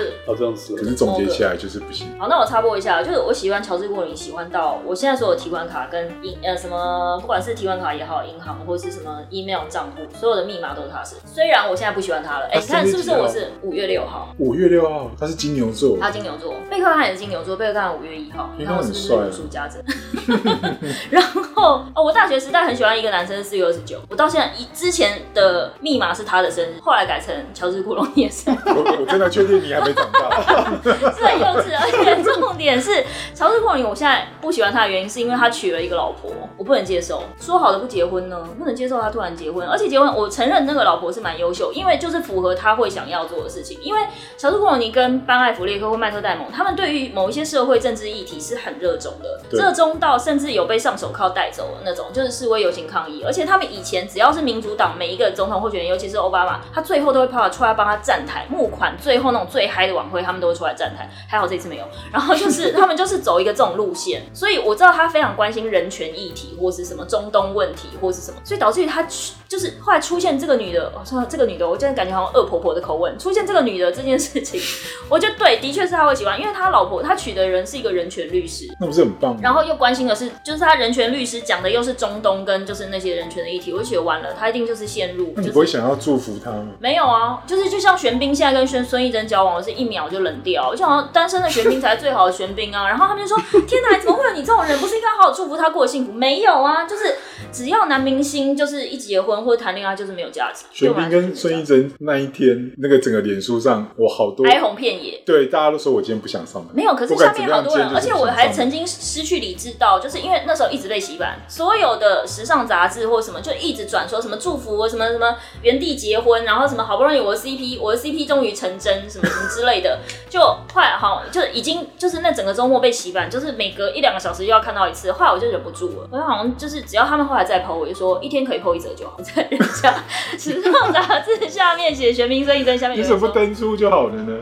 B: 是
C: 哦，这样子
A: 可是总结起来就是不行。
B: 好，那我插播一下，就是我喜欢乔治·沃林，喜欢到我现在所有提款卡跟银呃什么，不管是提款卡也好，银行或是什么 email 账户，所有的密码都是他是。虽然我现在不喜欢他了，哎、
A: 他
B: 你看是
A: 生日
B: 不是
A: 几号
B: 我是五月六号？
A: 五月六号，他是金牛座，
B: 他金牛座，贝克汉也是金牛座，贝克汉五月一号，你
A: 因为
B: 看
A: 他
B: 我
A: 很
B: 是不是
A: 帅啊
B: 如数家珍？ 然后哦，我大学时代很喜欢一个男生，四月二十九，我到现在一之前的密码是他的生日，后来改成乔治·库隆也是。
A: 我我真的确定你还没长 大。
B: 是很幼稚，而且重点是乔治·克林，我现在不喜欢他的原因是因为他娶了一个老婆，我不能接受。说好的不结婚呢，不能接受他突然结婚，而且结婚，我承认那个老婆是蛮优秀，因为就是符合他会想要做的事情。因为乔治·克林跟班艾弗列克或麦特戴蒙，他们对于某一些社会政治议题是很热衷的，
A: 对
B: 热衷到甚至有被上手铐带走的那种，就是示威游行抗议。而且他们以前只要是民主党每一个总统候选人，尤其是奥巴马，他最后都会跑出来帮他站台募款，最后那种最嗨的晚会，他们都会出来站台。还好这次没有。然后就是他们就是走一个这种路线，所以我知道他非常关心人权议题，或是什么中东问题，或是什么，所以导致于他去就是后来出现这个女的，哦，算了，这个女的，我真的感觉好像恶婆婆的口吻，出现这个女的这件事情， 我觉得对，的确是他会喜欢，因为他老婆他娶的人是一个人权律师，
A: 那不是很棒吗？
B: 然后又关心的是，就是他人权律师讲的又是中东跟就是那些人权的议题，我就觉得完了，他一定就是陷入，
A: 那你
B: 就
A: 不会
B: 是。
A: 想要祝福他吗？
B: 没有啊，就是就像玄彬现在跟孙孙艺珍交往，我是一秒就冷掉。我就想要单身的玄彬才是最好的玄彬啊。然 后他们就说：“天哪，怎么会有你这种人？不是应该好好祝福他过得幸福？”没有啊，就是只要男明星就是一结婚或者谈恋爱，就是没有价值。
A: 玄彬跟孙艺珍那一天，那个整个脸书上，我好多
B: 哀鸿遍野。
A: 对大家都说我今天不想上班，
B: 没有，可是
A: 不管
B: 下
A: 怎
B: 面
A: 么
B: 好
A: 样
B: 多人，而且我还曾
A: 今天
B: 经失去理智到，就是因为那时候一直被洗版，所有的时尚杂志或什么就一直转说什么祝福我什么什么原地结婚，然后什么好不容易我的 CP 我的 CP 终于成真什么什么之类的，就后来好就是已经就是那整个周末被洗版，就是每隔一两个小时就要看到一次，后来我就忍不住了，我就好像就是只要他们后来再 PO，我就说一天可以 PO 一则就好， 在人家时尚杂志下面写玄彬生一真下
A: 早上
B: 面
A: 你
B: 有
A: 怎么
B: 人
A: 不
B: 说。
A: 登出就好了呢？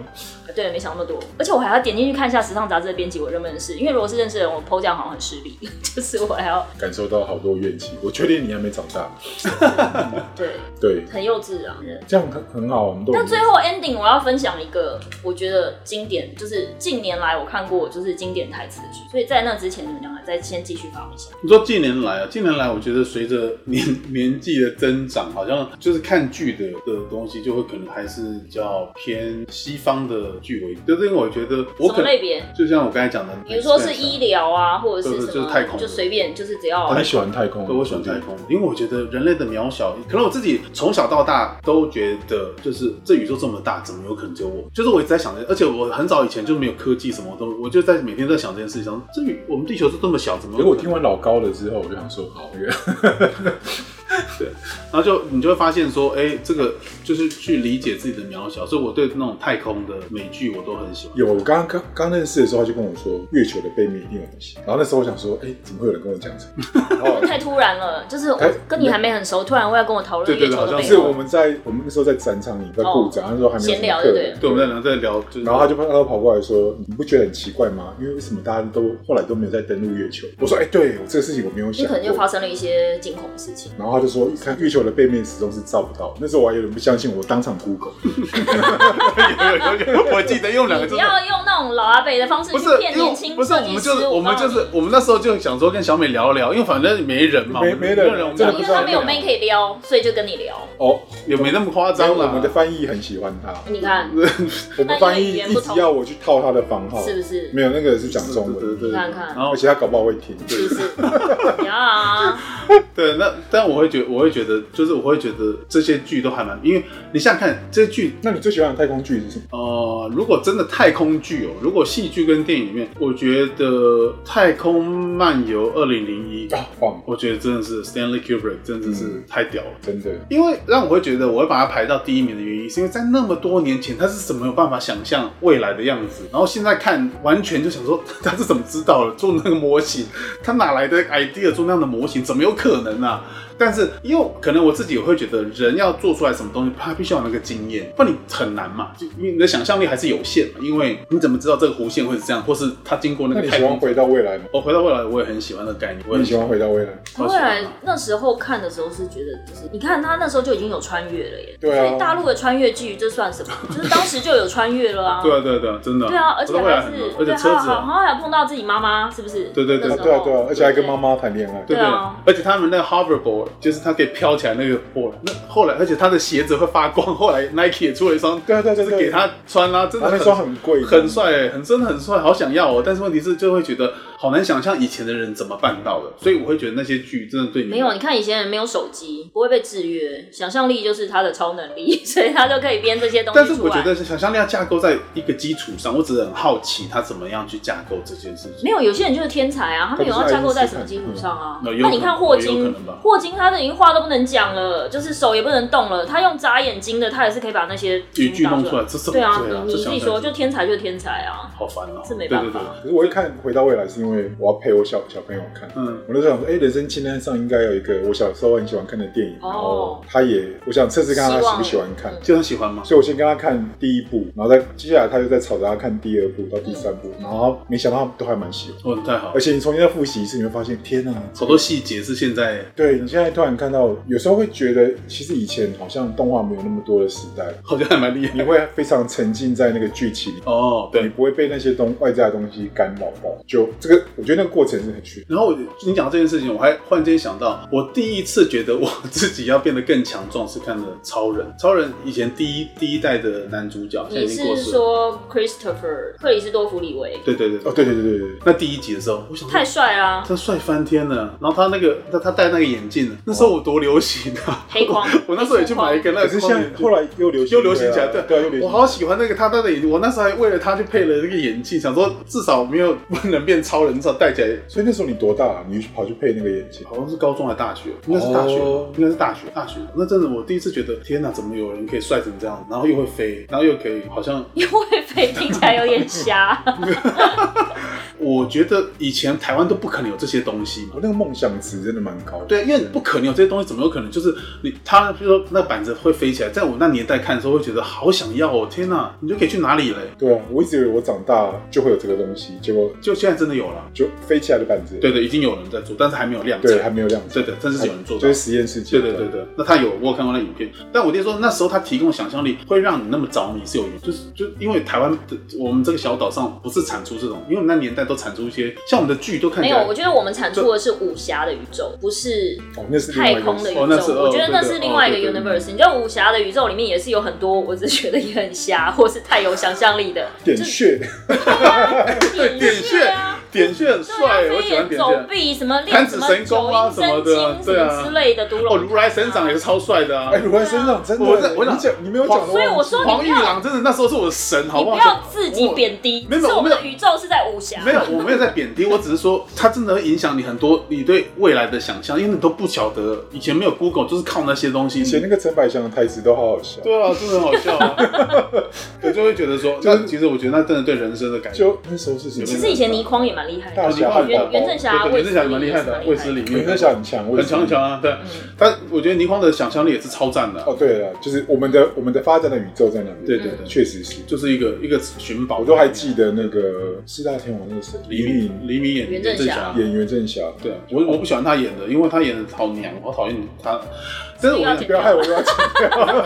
B: 对，没想那么多，而且我还要点进去看一下时尚杂志的编辑，我认不认识？因为如果是认识的人，我 PO 这样好像很失礼， 就是我还要
A: 感受到好多怨气，我确定你还没长大。
B: 对
A: 对，
B: 很幼稚啊。
A: 这样很很好，我们都
B: 但最后 ending 我要分享一个我觉得经典，就是近年来我看过就是经典台词的剧，所以在那之前你们两个再先继续发挥一下。
C: 你说近年来啊，近年来我觉得随着年 年纪的增长，好像就是看剧的的东西就会可能还是比较偏西方的剧为主，就是因为我觉得我
B: 什么
C: 可能
B: 类别？
C: 就像我刚才讲的，
B: 比如说是医疗啊，或者是
C: 对对
B: 什
C: 就是太
B: 么，
C: 空
B: 就随便就是只要
A: 我很喜欢太空，
C: 对，我喜欢太空，因为我觉得人类的渺小，可能我自己从小到大都觉得，就是这宇宙这么大，怎么有可能只有我？就是我一直在想着，而且我很早以前就没有科技什么都，我就在每天都在想这件事情，想这宇我们地球是这么小，怎么
A: 结
C: 有
A: 果我
C: 可能
A: 听完老高了之后，我就想说，好，我也
C: 然后就你就会发现说，哎、这个就是去理解自己的渺小，所以我对那种太空的美剧我都很喜欢。
A: 有，我刚刚刚认识的时候，他就跟我说月球的背面一定有东西。然后那时候我想说，哎、怎么会有人跟我讲这个？然后
B: 太突然了，就是我
A: 哎
B: 跟你还没很熟，突然会要跟我讨论
C: 对对
B: 月
C: 对
B: 球
C: 好
B: 的
C: 像
B: 背
A: 是我
B: 后，
A: 们在我们那时候在展场里在布展，那时候还没有什么
B: 闲聊
A: 客
B: 就
A: 人
B: 对了
C: 对，我们在聊在聊，就是
A: 然后他就他就跑过来说：“你不觉得很奇怪吗？因为为什么大家都后来都没有再登陆月球？”我说：“哎、对我这个事情我没有
B: 你
A: 想
B: 可能就发
A: 过。
B: 生了一些惊恐的事情”。
A: 然后他就说：“看月球的背面始终是照不到。”那时候我还有点不相信，我当场 Google。
C: 有有有 有，我记得用两
B: 你
C: 个
B: 不
C: 字。
B: 要用那种老阿北的方式
C: 不
B: 去
C: 是，
B: 骗
C: 因为
B: 年轻
C: 不是，
B: 设
C: 我
B: 计
C: 们
B: 师
C: 就是我们就是我们那时候就想说跟小美聊聊，因为反正没人嘛，
A: 没
C: 我们
A: 没人
C: 有人，我们
A: 真
B: 我
A: 的不
B: 告诉你因为
A: 知道
B: 他没有妹可以撩，所以就跟你聊。
A: 哦，
C: 也没那么夸
A: 然后
C: 张
A: 我
C: 啦。
A: 们的翻译很喜欢他，
B: 你看
C: 嗯
A: 我们翻译一直要我去套他的房号，
B: 是不是？
A: 没有那个是讲中
C: 对对
A: 文，
C: 对，
B: 你看看啊
C: 然后
A: 而且他搞不好会听。
B: 是不是？ 呀，
C: 对，那但我会觉我会觉得，就是我会觉得这些剧都还蛮，因为你想想看，这些剧
A: 那你最喜欢的太空剧是什么？
C: 呃，如果真的太空剧哦，如果戏剧跟电影里面，我觉得《太空漫游二零零一》，
A: 啊，棒，
C: 我觉得真的是 Stanley Kubrick 真的是
A: 嗯
C: 太屌了。
A: 真的，
C: 因为让我会觉得我会把它排到第一名的原因，是因为在那么多年前，他是怎么有办法想象未来的样子？然后现在看，完全就想说 他是怎么知道的做那个模型，他哪来的 idea 做那样的模型？怎么有可能啊？但是因为可能我自己也会觉得，人要做出来什么东西，他必须要有那个经验，不然你很难嘛，就因为你的想象力还是有限嘛。因为你怎么知道这个弧线会是这样，或是它经过那
A: 那
C: 个
A: 你
C: 太
A: 喜欢
C: 空？
A: 回到未来吗？
C: 我、回到未来，我也很喜欢那个概念，我也
A: 你
C: 很
A: 喜欢回到未来？
C: 超喜
B: 未
C: 欢
B: 来那时候看的时候是觉得，就是你看他那时候就已经有穿越了耶，
A: 对啊
B: 所以大陆的穿越剧这算什么？就是当时就有穿越了啊。
C: 对啊，对啊，对啊，真的。
B: 对啊，而且
C: 回到未来
B: 还
C: 很
B: 是
C: 多，而
B: 对，
C: 且
B: 还
C: 车
B: 有
C: 子啊、
B: 好好像还碰到自己妈妈，是不是？
C: 对对对
B: 那
A: 啊，
B: 时候
A: 对啊，对啊，而且还跟妈妈谈恋爱。
B: 对
C: 对对
B: 啊
C: 而且他们那个 hoverboard 就是它可以飘起来那个 board，那后来而且他的鞋子会发光， 后来 Nike 也出了一双，
A: 对啊对啊对啊
C: 就是给他穿啦、真的
A: 然后
C: 很
A: 那双很贵，
C: 很帅、欸，很真的很帅，好想要哦、但是问题是就会觉得好难想象以前的人怎么办到的，所以我会觉得那些剧真的对你
B: 没有，你看以前人没有手机，不会被制约，想象力就是他的超能力， 所以他就可以编这些东
C: 但是
B: 西出
C: 我觉
B: 来。
C: 得想象力要架构在一个基础上，我只是很好奇他怎么样去架构这件事情。
B: 没有，有些人就是天才啊，他们有要架构在什么基础上啊？那你看霍
C: 有
B: 金
C: 可能吧，
B: 霍金他都已经话都不能讲了，就是手也不能动了，他用眨眼睛的，他也是可以把那些
C: 语句弄出
B: 来。
C: 来，这是
B: 对啊，
C: 对啊，
B: 你
C: 这
B: 你自
C: 想
B: 己
C: 起来
B: 说，就天才就是天才啊。
C: 好烦哦、
B: 是没办法
C: 对对对，
A: 可是我一看《回到未来》，是因为我要陪我小小朋友看。
C: 嗯。
A: 我那时候想说，哎、人生清单上应该有一个我小时候很喜欢看的电影，
B: 哦
A: 然后他也，我想测试看他喜不喜欢看
B: 希，望嗯
C: 就很喜欢吗？
A: 所以我先跟他看第一部，然后再接下来他就在吵着他看第二部到第三部，
B: 嗯
A: 然后没想到他都还蛮喜欢，
C: 哇，哦太好了
A: 而，且你重新再复习一次，你会发现，天啊，
C: 好多细节是现在
A: 对你现在突然看到，有时候会觉得，其实以前好像动画没有那么多的时代，
C: 好像还蛮厉害
A: 你会非常沉浸在那个剧情里，
C: 哦，
A: 你
C: 对。
A: 不会被那些东外在的东西干扰到。就这个，我觉得那个过程是很趣。
C: 然后我你讲到这件事情，我还忽然间想到，我第一次觉得我自己要变得更强壮是看了《超人》。超人以前第一第一代的男主角现在
B: 你
C: 已经过
B: 是
C: 世了，
B: 说 Christopher 克里斯多夫李维
C: 对对对
A: 哦，
C: 对。
A: 对对对对对，
C: 那第一集的时候，我想说
B: 太帅啊 啦，
C: 他帅翻天了，然后他那个他他戴那个眼镜，那时候我多流行啊！
B: 黑框
C: 我那时候也去买一个那
A: 可
C: 个
A: 是
C: 框
A: 像
C: 眼镜
A: 后来又流行，
C: 又流行起来，对
A: 对啊，又流
C: 我
A: 行。
C: 好喜欢那个他戴的眼镜，我那时候还为了他去配了那个眼镜，想说至少没有不能变超人，至少戴起来
A: 所以那时候你多大、啊？你跑去配那个眼镜？
C: 好像是高中还是大学，应该是大学，
A: 哦
C: 应该是大学，大学。那真的，我第一次觉得，天哪，怎么有人可以帅成这样，然后又会飞，然后又可以，好像
B: 因为被听起来有点瞎。
C: 我觉得以前台湾都不可能有这些东西嘛
A: 我。那个梦想值真的蛮高的。
C: 对，因为不可能有这些东西，怎么有可能？就是你，他比如说那板子会飞起来，在我那年代看的时候，会觉得好想要哦，天哪，你就可以去哪里嘞？
A: 对啊，我一直以为我长大就会有这个东西，结果
C: 就现在真的有了，
A: 就飞起来的板子，
C: 对对，已经有人在做，但是还没有量产。
A: 对，还没有量
C: 对
A: 产，
C: 对，但是有人做到
A: 就是。实验室阶
C: 对
A: 段
C: 对对对，那他有我有看过那影片，但我爹说那时候他提供的想象力会让你那么着迷是有原因，就是就因为台湾的我们这个小岛上不是产出这种，因为我们那年代都产出一些像我们的剧都看
B: 没
C: 起
B: 有，
C: 来
B: 我觉得我们产出的是武侠的宇宙，不是
A: 哦，那是另外一
B: 太
A: 个
B: 空的宇
C: 哦那是
B: 宙，我觉得那
C: 哦对
B: 是
C: 对
B: 另外一个
C: 哦对对
B: universe。你知道武侠的宇宙里面也是有很多，我只是觉得 也很瞎，或是太有想象力的。
A: 点
B: 就
A: 穴，
B: 对啊，点穴啊，
C: 扁鹊很
B: 对啊
C: 帅，，我
B: 飞
C: 喜欢
B: 檐
C: 扁
B: 走
C: 鹊。
B: 壁什么练
C: 弹
B: 什
C: 指
B: 么
C: 神功啊
B: 九阴
C: 什么
B: 真
C: 的
B: 经
C: 对啊
B: 什么之类的独龙。
C: 哦，如来神掌也是超帅的啊
A: 哎，！如来神掌真的，
C: 我在我
A: 你
C: 想
A: 讲你没有讲的，
B: 所以我说
C: 黄玉郎真的那时候是我的神，好
B: 你
C: 不
B: 不
C: 好？
B: 要自己贬低，
C: 没有
B: 是我们
C: 我
B: 的
C: 没
B: 宇宙是在武侠。
C: 没有，我没有在贬低，我只是说它真的会影响你很多你对未来的想象，因为你都不晓得，以前没有 Google，就是靠那些东西。
A: 以前那个陈百祥的台词都好好笑，
C: 对啊，真的很好笑啊！ 我就会觉得说，
A: 就是
C: 那其实我觉得那真的对人生的感觉。
A: 就那时候是什么？
B: 其实以前倪匡也蛮厉害
A: 大
B: 的，
A: 侠
C: 很
A: 大
B: 袁
A: 包
B: 袁振侠、
C: 对
B: 卫
C: 袁振
B: 斯
C: 侠
B: 理
C: 也蛮厉害的，卫斯理
A: 你那想很强，我也
C: 很
A: 是
C: 强很强啊，对。但我觉得倪匡的想象力也是超赞的啊、
A: 哦，对了，就是我们的我们的发展的宇宙在那边，
C: 对对对
A: 确实是。
C: 就是一个一个寻宝。
A: 我都还记得那个四大天王那个谁，
C: 黎
A: 黎
C: 明
A: 明
C: 黎明演
B: 袁振侠
A: 演员正侠，
C: 对我我不喜欢他演的，因为他演的好娘，我讨厌他。但是我
B: 要剪
A: 不要害我，不要 讲。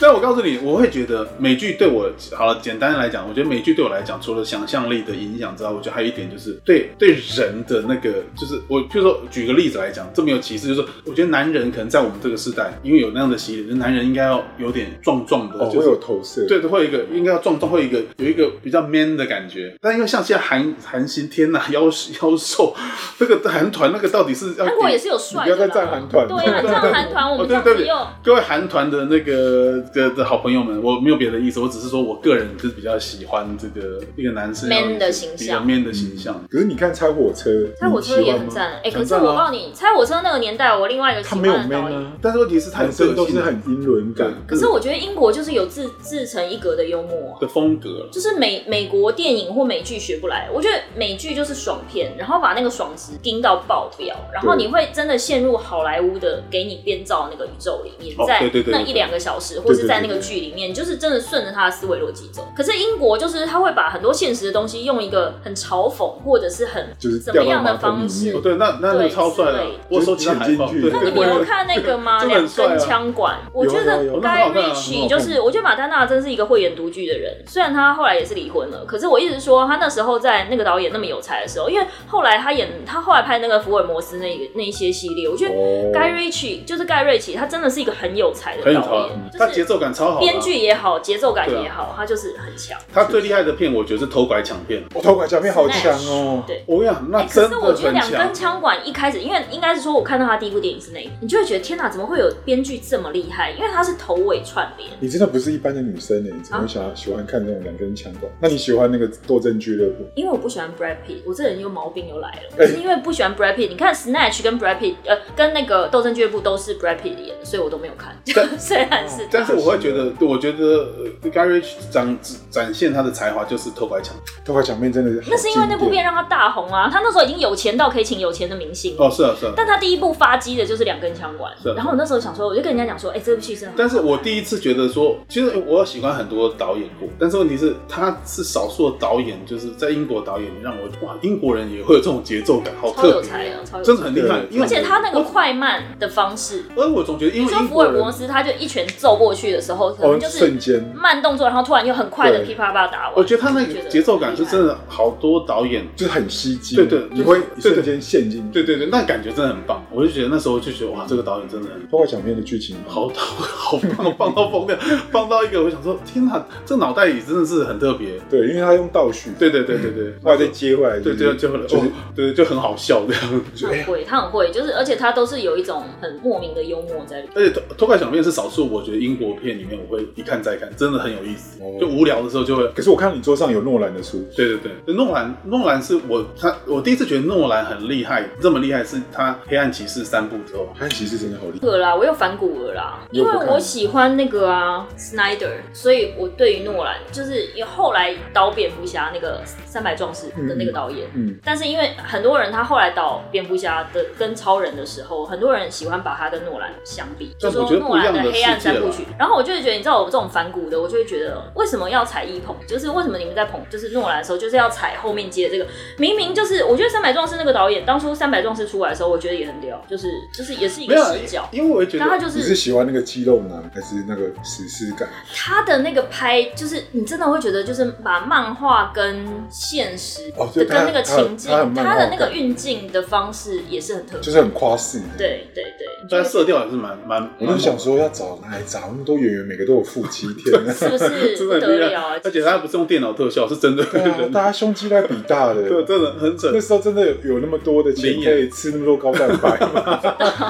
C: 但我告诉你，我会觉得美剧对我好了，简单来讲，我觉得美剧对我来讲，除了想象力的影响之外，我觉得还有一点就是对对人的那个，就是我譬如说举个例子来讲，这没有歧视，就是我觉得男人可能在我们这个时代，因为有那样的洗礼，男人应该要有点壮壮的，
A: 哦，
C: 就
A: 会
C: 是
A: 有投射，
C: 对，会有一个应该要壮壮，会有一个有一个比较 man 的感觉。但因为像现在韩韩星，天呐，妖妖兽那个韩团那个到底是要
B: 韩国
C: 给
B: 也是有
A: 你
B: 帅
A: 不要
B: 的
A: 再
B: 啦。
A: 站韩团，
B: 对啊，你像韩团，我
C: 哦
B: 们
C: 对
B: 上
C: 对
B: 次
C: 对
B: 又
C: 各位韩团的那个的的好朋友们，我没有别的意思，我只是说我个人是比较喜欢这个一个男生
B: Man 的
C: 要
B: 形
C: 比较
B: 象
C: man 的形象。
A: 嗯可是你看拆火车，
B: 猜火车
A: 你喜
B: 也
A: 欢
B: 很
A: 吗，
B: 赞。哎，可
C: 很
B: 是
C: 赞
B: 我
C: 啊
B: 告诉你，猜火车那个年代，哦我另外一个喜
A: 他
B: 欢
A: 没有
B: 的
A: man
B: 导演。
A: 啊，
C: 但是问题是，他
A: 男
C: 有个
A: 生
C: 性
A: 都是很英伦
C: 对
A: 感，，
B: 可是我觉得英国就是有自自成一格的幽默啊、
C: 的风格了。
B: 就是美美国电影或美剧学不来，我觉得美剧就是爽片，然后把那个爽值盯到爆表，然后
A: 对
B: 你会真的陷入好莱坞的给你编造那个宇宙里面
C: 哦，
B: 在
C: 对对对
B: 那
C: 对
B: 一两个小时，或是在那个
A: 对对
B: 剧里面，你就是真的顺着他的思维逻辑走。可是英国就是他会把很多现实的东西用一个很嘲讽或者是很
A: 就是
B: 怎么
A: 掉到
B: 样
A: 马
B: 的
A: 桶
B: 方
A: 里
B: 式
A: 面
C: 哦，。对，那那个
B: 对
C: 超帅
B: 之
C: 的
B: 类的，
C: 我收集到海报。
A: 就是潜进
C: 对，
A: 去
B: 那你
C: 对
B: 们
C: 我
B: 有
C: 有
B: 看那个 吗？
C: 真的
B: 两
C: 很帅啊
B: 根枪管，我觉得
A: 有有有
C: 那很好
B: Guy
C: 看啊
B: Ritchie
A: 很好看
B: 就是，我觉得马丹娜真是一个慧眼独具的人。虽然他后来也是离婚了，可是我一直说他那时候在那个导演那么有才的时候，因为后来他演他后来拍那个福尔摩斯那一那一些系列，我觉得
A: 哦
B: Guy Ritchie 就是盖瑞奇，他真的是一个很有才的
C: 很有
B: 导
C: 潮
B: 演，，
C: 他
B: 就
C: 节
B: 是
C: 奏感超好的啊。
B: 编剧也好，节奏感
C: 对啊
B: 也好，他就是很强。
C: 他最厉害的片，我觉得是偷拐抢片。
A: 我头管下面好强哦，
B: 对
C: 我跟你讲，那
B: 欸可
C: 真
B: 是
C: 的
B: 我觉得
C: 很
B: 两根
C: 强。
B: 枪管一开始，因为应该是说，我看到他第一部电影是那一部，你就会觉得天哪，怎么会有编剧这么厉害？因为他是头尾串联。
A: 你真的不是一般的女生呢，欸你怎么会想要喜欢看这种两根枪管？那你喜欢那个斗争俱乐部？
B: 因为我不喜欢 Brad Pitt，我这人又毛病又来了，我
C: 哎
B: 是因为不喜欢 Brad Pitt。你看 Snatch 跟 Brad Pitt，呃，跟那个《斗争俱乐部》都是 Brad Pitt 演的，所以我都没有看。 虽然是他，
C: 但是我会觉得，我觉得 Gary 展展现他的才华就是偷拐抢
A: 头管下面真的是好
B: 那是因为那部
A: 经
B: 片
A: 典
B: 让他大红啊，他那时候已经有钱到可以请有钱的明星。
C: 哦，是啊，是啊。
B: 但他第一部发迹的就是两根枪管
C: 是啊，
B: 然后我那时候想说，我就跟人家讲说，哎、这部戏真的好看，
C: 但是我第一次觉得说，其实我喜欢很多导演过，但是问题是他是少数的导演，就是在英国导演让我哇，英国人也会有这种节奏感，好
B: 超有
C: 特
B: 才
C: 别，
B: 的，超有才
C: 真的很厉害。因为
B: 而且他那个快慢的方式，
C: 而我总觉得，因
B: 你
C: 为
B: 说
C: 英
B: 福
C: 国
B: 尔
C: 人
B: 摩斯他就一拳揍过去的时候，可能
A: 哦
B: 就，
A: 瞬
B: 是
A: 间
B: 慢动作，然后突然又很快的
A: 对
B: 噼啪啪打完。
C: 我觉得他那个节奏感是
B: 的。
C: 真的，好多导演
A: 就是很吸睛，
C: 对对
A: 你会一
C: 对对
A: 瞬间陷进去。
C: 对对对，那感觉真的很棒。我就觉得那时候就觉得哇，这个导演真的很
A: 头管下面的剧情
C: 好 到好棒，棒到疯掉，棒到一个我想说，天哪，这脑袋里真的是很特别。
A: 对，因为他用倒叙，
C: 对对对对对，
A: 后来再接回来，
C: 对
A: 就
C: 对
A: 是
C: 就很
A: 就是
C: 哦对就很好笑这样。
B: 他很会，他很会，就是而且他都是有一种很莫名的幽默在里面。
C: 而且偷偷看小片是少数，我觉得英国片里面我会一看再看，真的很有意思
A: 哦。
C: 就无聊的时候就会。
A: 可是我看到你桌上有诺兰的书，
C: 对对对，诺兰诺兰是我他我第一次觉得诺兰很厉害，这么厉害是他《黑暗骑士》三部之后，
A: 汉骑士真的好厉害。
B: 对啦，我又反骨了啦，
A: 你又
B: 因
A: 不
B: 为
A: 看
B: 我喜欢那个啊，Snyder，所以我对于诺兰就是后来导蝙蝠侠那个三百壮士的那个导演，
A: 嗯，
B: 但是因为很多人他后来导蝙蝠侠的跟超人的时候，很多人喜欢把他跟诺兰相比，就
C: 但
B: 说
C: 我觉得
B: 诺兰
C: 不一样的
B: 黑暗
C: 世界
B: 三
C: 啦
B: 部曲。然后我就会觉得，你知道我这种反骨的，我就会觉得为什么要踩一捧？就是为什么你们在捧就是诺兰的时候，就是要踩后面接这个？明明就是我觉得三百壮士那个导演，当初三百壮士出来的时候，我觉得也很屌，就是就是也是一
C: 没
B: 个
C: 有啊
B: 视角，。
C: 因为我会觉
B: 然后他
C: 得。
B: 就
A: 你是
B: 是
A: 喜欢那个肌肉男，还是那个史诗感？
B: 他的那个拍，就是你真的会觉得，就是把漫画跟现实
A: 哦
B: 的
A: 就他
B: 跟那个
A: 他有
B: 情境，
A: 他很漫
B: 他
A: 画
B: 的那个
A: 感
B: 运镜的方式也是很特别
A: 就。是很夸饰的。，
B: 对对对，
C: 但
B: 就是
C: 色调也是蛮蛮，
A: 我就想说要找哪里找那么多演员，每个都有腹肌，天啊！
B: 是不是
C: 真
B: 不
C: 的很
B: 得
C: 厉
B: 了啊
C: 害，？而且他不是用电脑特效，是真的
A: 对啊，
C: 人。
A: 大家胸肌都在比大大的。
C: 对，真的很
A: 那
C: 准。
A: 时候真的有有那么多的钱
C: 零
A: 可
C: 元
A: 以吃那么多高蛋白吗？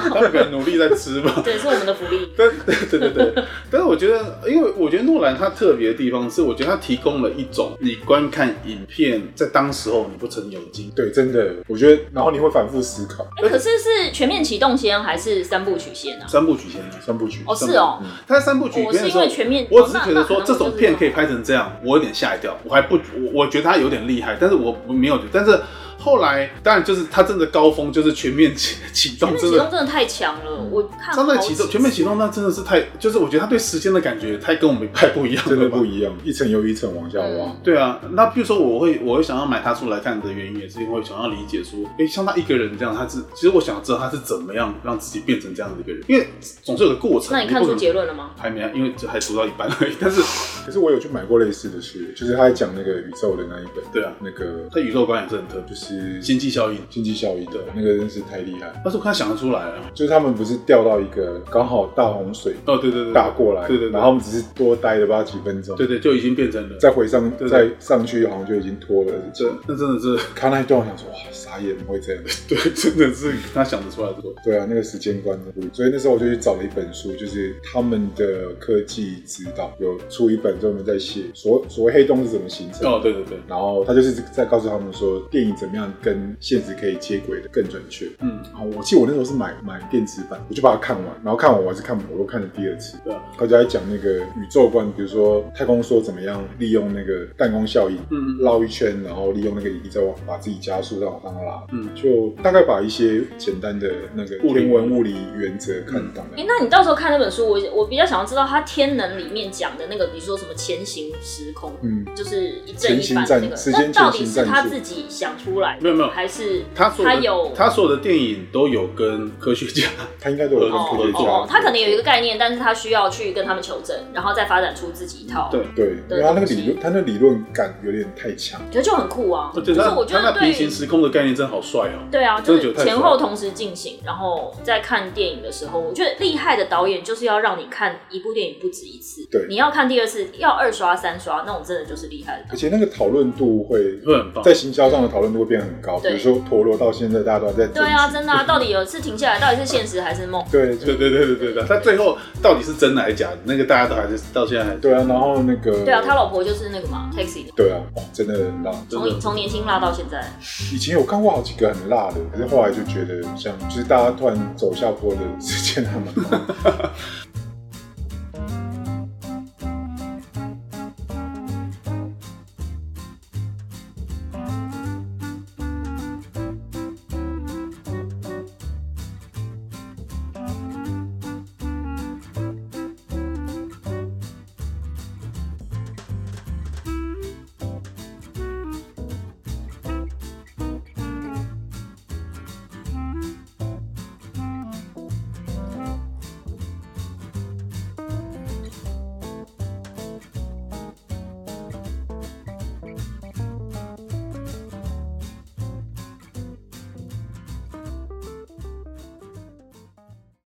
C: 他们可能努力在吃吧。
B: 对，是我们的福利。
C: 但对对 对对，但是我觉得，因为我觉得诺兰他特别的地方是，我觉得他提供了一种你观看影片在当时候你不曾有经
A: 对，真的，我觉得，然后你会反复思考
B: 哎，可是是全面启动先还是三部曲先啊？
C: 三部曲先。
A: 三部曲。
B: 哦，是哦，
C: 他三嗯部曲
B: 我
C: 片
B: 是
C: 的
B: 因
C: 时候
B: 为，全面，
C: 我
B: 哦
C: 只是
B: 那
C: 觉得说
B: 那
C: 这
B: 能
C: 种
B: 就是
C: 片可以拍成这样，我有点吓一跳，我还不，我我觉得他有点厉害，但是我没有觉得，但是。后来，当然就是他真的高峰，就是全面启启
B: 全
C: 动，
B: 面
C: 真
B: 启
C: 的
B: 动真的太强了，我看
C: 上在
B: 好
C: 启动，
B: 几
C: 全面
B: 次
C: 启动，那真的是太，就是我觉得他对时间的感觉太跟我们太不一样了吧，
A: 真的不一样，一层又一层往下挖。
C: 对啊，那比如说我会我会想要买他书来看的原因，也是因为想要理解说，诶，像他一个人这样，他是其实我想知道他是怎么样让自己变成这样的一个人，因为总是有个过程。
B: 那你看
C: 不
B: 出
C: 能
B: 结论了吗？
C: 还没啊？因为这还读到一半而已。但是，
A: 可是我有去买过类似的书，就是他在讲那个宇宙的那一本，
C: 对啊，
A: 那个
C: 他宇宙观也是很特别，
A: 就是
C: 经济效应，
A: 经济效益的那个真是太厉害。
C: 但是我看想得出来啊。
A: 就是他们不是掉到一个刚好大洪水
C: 哦，对对对，
A: 打过来，
C: 对对对
A: 然后他们只是多待了吧几分钟，
C: 对对，就已经变成了。
A: 再回上
C: 对
A: 再上去好像就已经脱了。
C: 对，那真的是，
A: 看那一段，我想说哇，傻眼，怎么会 这样？
C: 对，真的是他想得出来的。
A: 对啊，那个时间观真的不，所以那时候我就去找了一本书，就是他们的科技指导有出一本专门在写所所谓黑洞是怎么形成的。
C: 哦，对对对，
A: 然后他就是在告诉他们说，电影怎么样跟现实可以接轨的更准确。
C: 嗯，
A: 然后哦我记得我那时候是买买电子版，我就把它看完，然后看完我还是看不懂，我又看了第二次。
C: 对啊，
A: 他就在讲那个宇宙观，比如说太空梭怎么样利用那个弹弓效应，
C: 嗯嗯
A: 绕一圈，然后利用那个引力再往把自己加速，再往上拉，
C: 嗯
A: 就大概把一些简单的那个
C: 物理
A: 天文物理原则看懂了。
B: 哎、那你到时候看那本书，我我比较想要知道它《天能》里面讲的那个，比如说什么前行时空，
A: 嗯，
B: 就是一正
A: 前
B: 一
A: 行
B: 反
A: 战
B: 那个
A: 时，
B: 那
A: 间
B: 到
A: 前
B: 底
A: 行
B: 是
A: 战
B: 他
A: 术
B: 自己想出来的，
C: 没有没有
B: 还是
C: 他所有
B: 他
C: 的
B: 有
C: 他所有的电影都有跟科学家，
A: 他应该都有跟
B: 哦
A: 科学
B: 哦哦
A: 家，，
B: 他可能有一个概念，但是他需要去跟他们求证，然后再发展出自己一套。
C: 对
A: 对，因
B: 对
A: 为他那个
B: 东西
A: 理论，他那理论感有点太强。
B: 可是就很酷啊！
C: 我
B: 就
C: 觉
B: 是
C: 得他
B: 我觉
C: 哦他
B: 得
C: 那平
B: 对
C: 行时空的概念真的好帅哦。
B: 对啊，
C: 真
B: 就
C: 的觉
B: 是
C: 得太爽
B: 前后同时进行，然后在看电影的时候，我觉得厉害的导演就是要让你看一部电影不止一次，
A: 对
B: 你要看第二次，要二刷三刷，那种真的就是厉害的导
A: 而
B: 演。
A: 且那个讨论度会
C: 会很棒
A: 在行销上的讨论度会变很高。比
B: 对
A: 如说陀螺到现在大家都还在争
B: 对啊，
A: 执
B: 真的啊，到底有是停下来，到底是现实还是梦？
A: 对
C: 对
A: 就
C: 对对对对对，他最后到底是真的还是假的？那个大家都还是到现在还
A: 对啊，然后那个
B: 对啊，他老婆就是那个嘛，Taxi，
A: 对啊，哦真的很辣。
C: 真的
B: 从从年轻辣到现在，
A: 以前有看过好几个很辣的，可是后来就觉得像就是大家突然走下坡的时间还蛮快。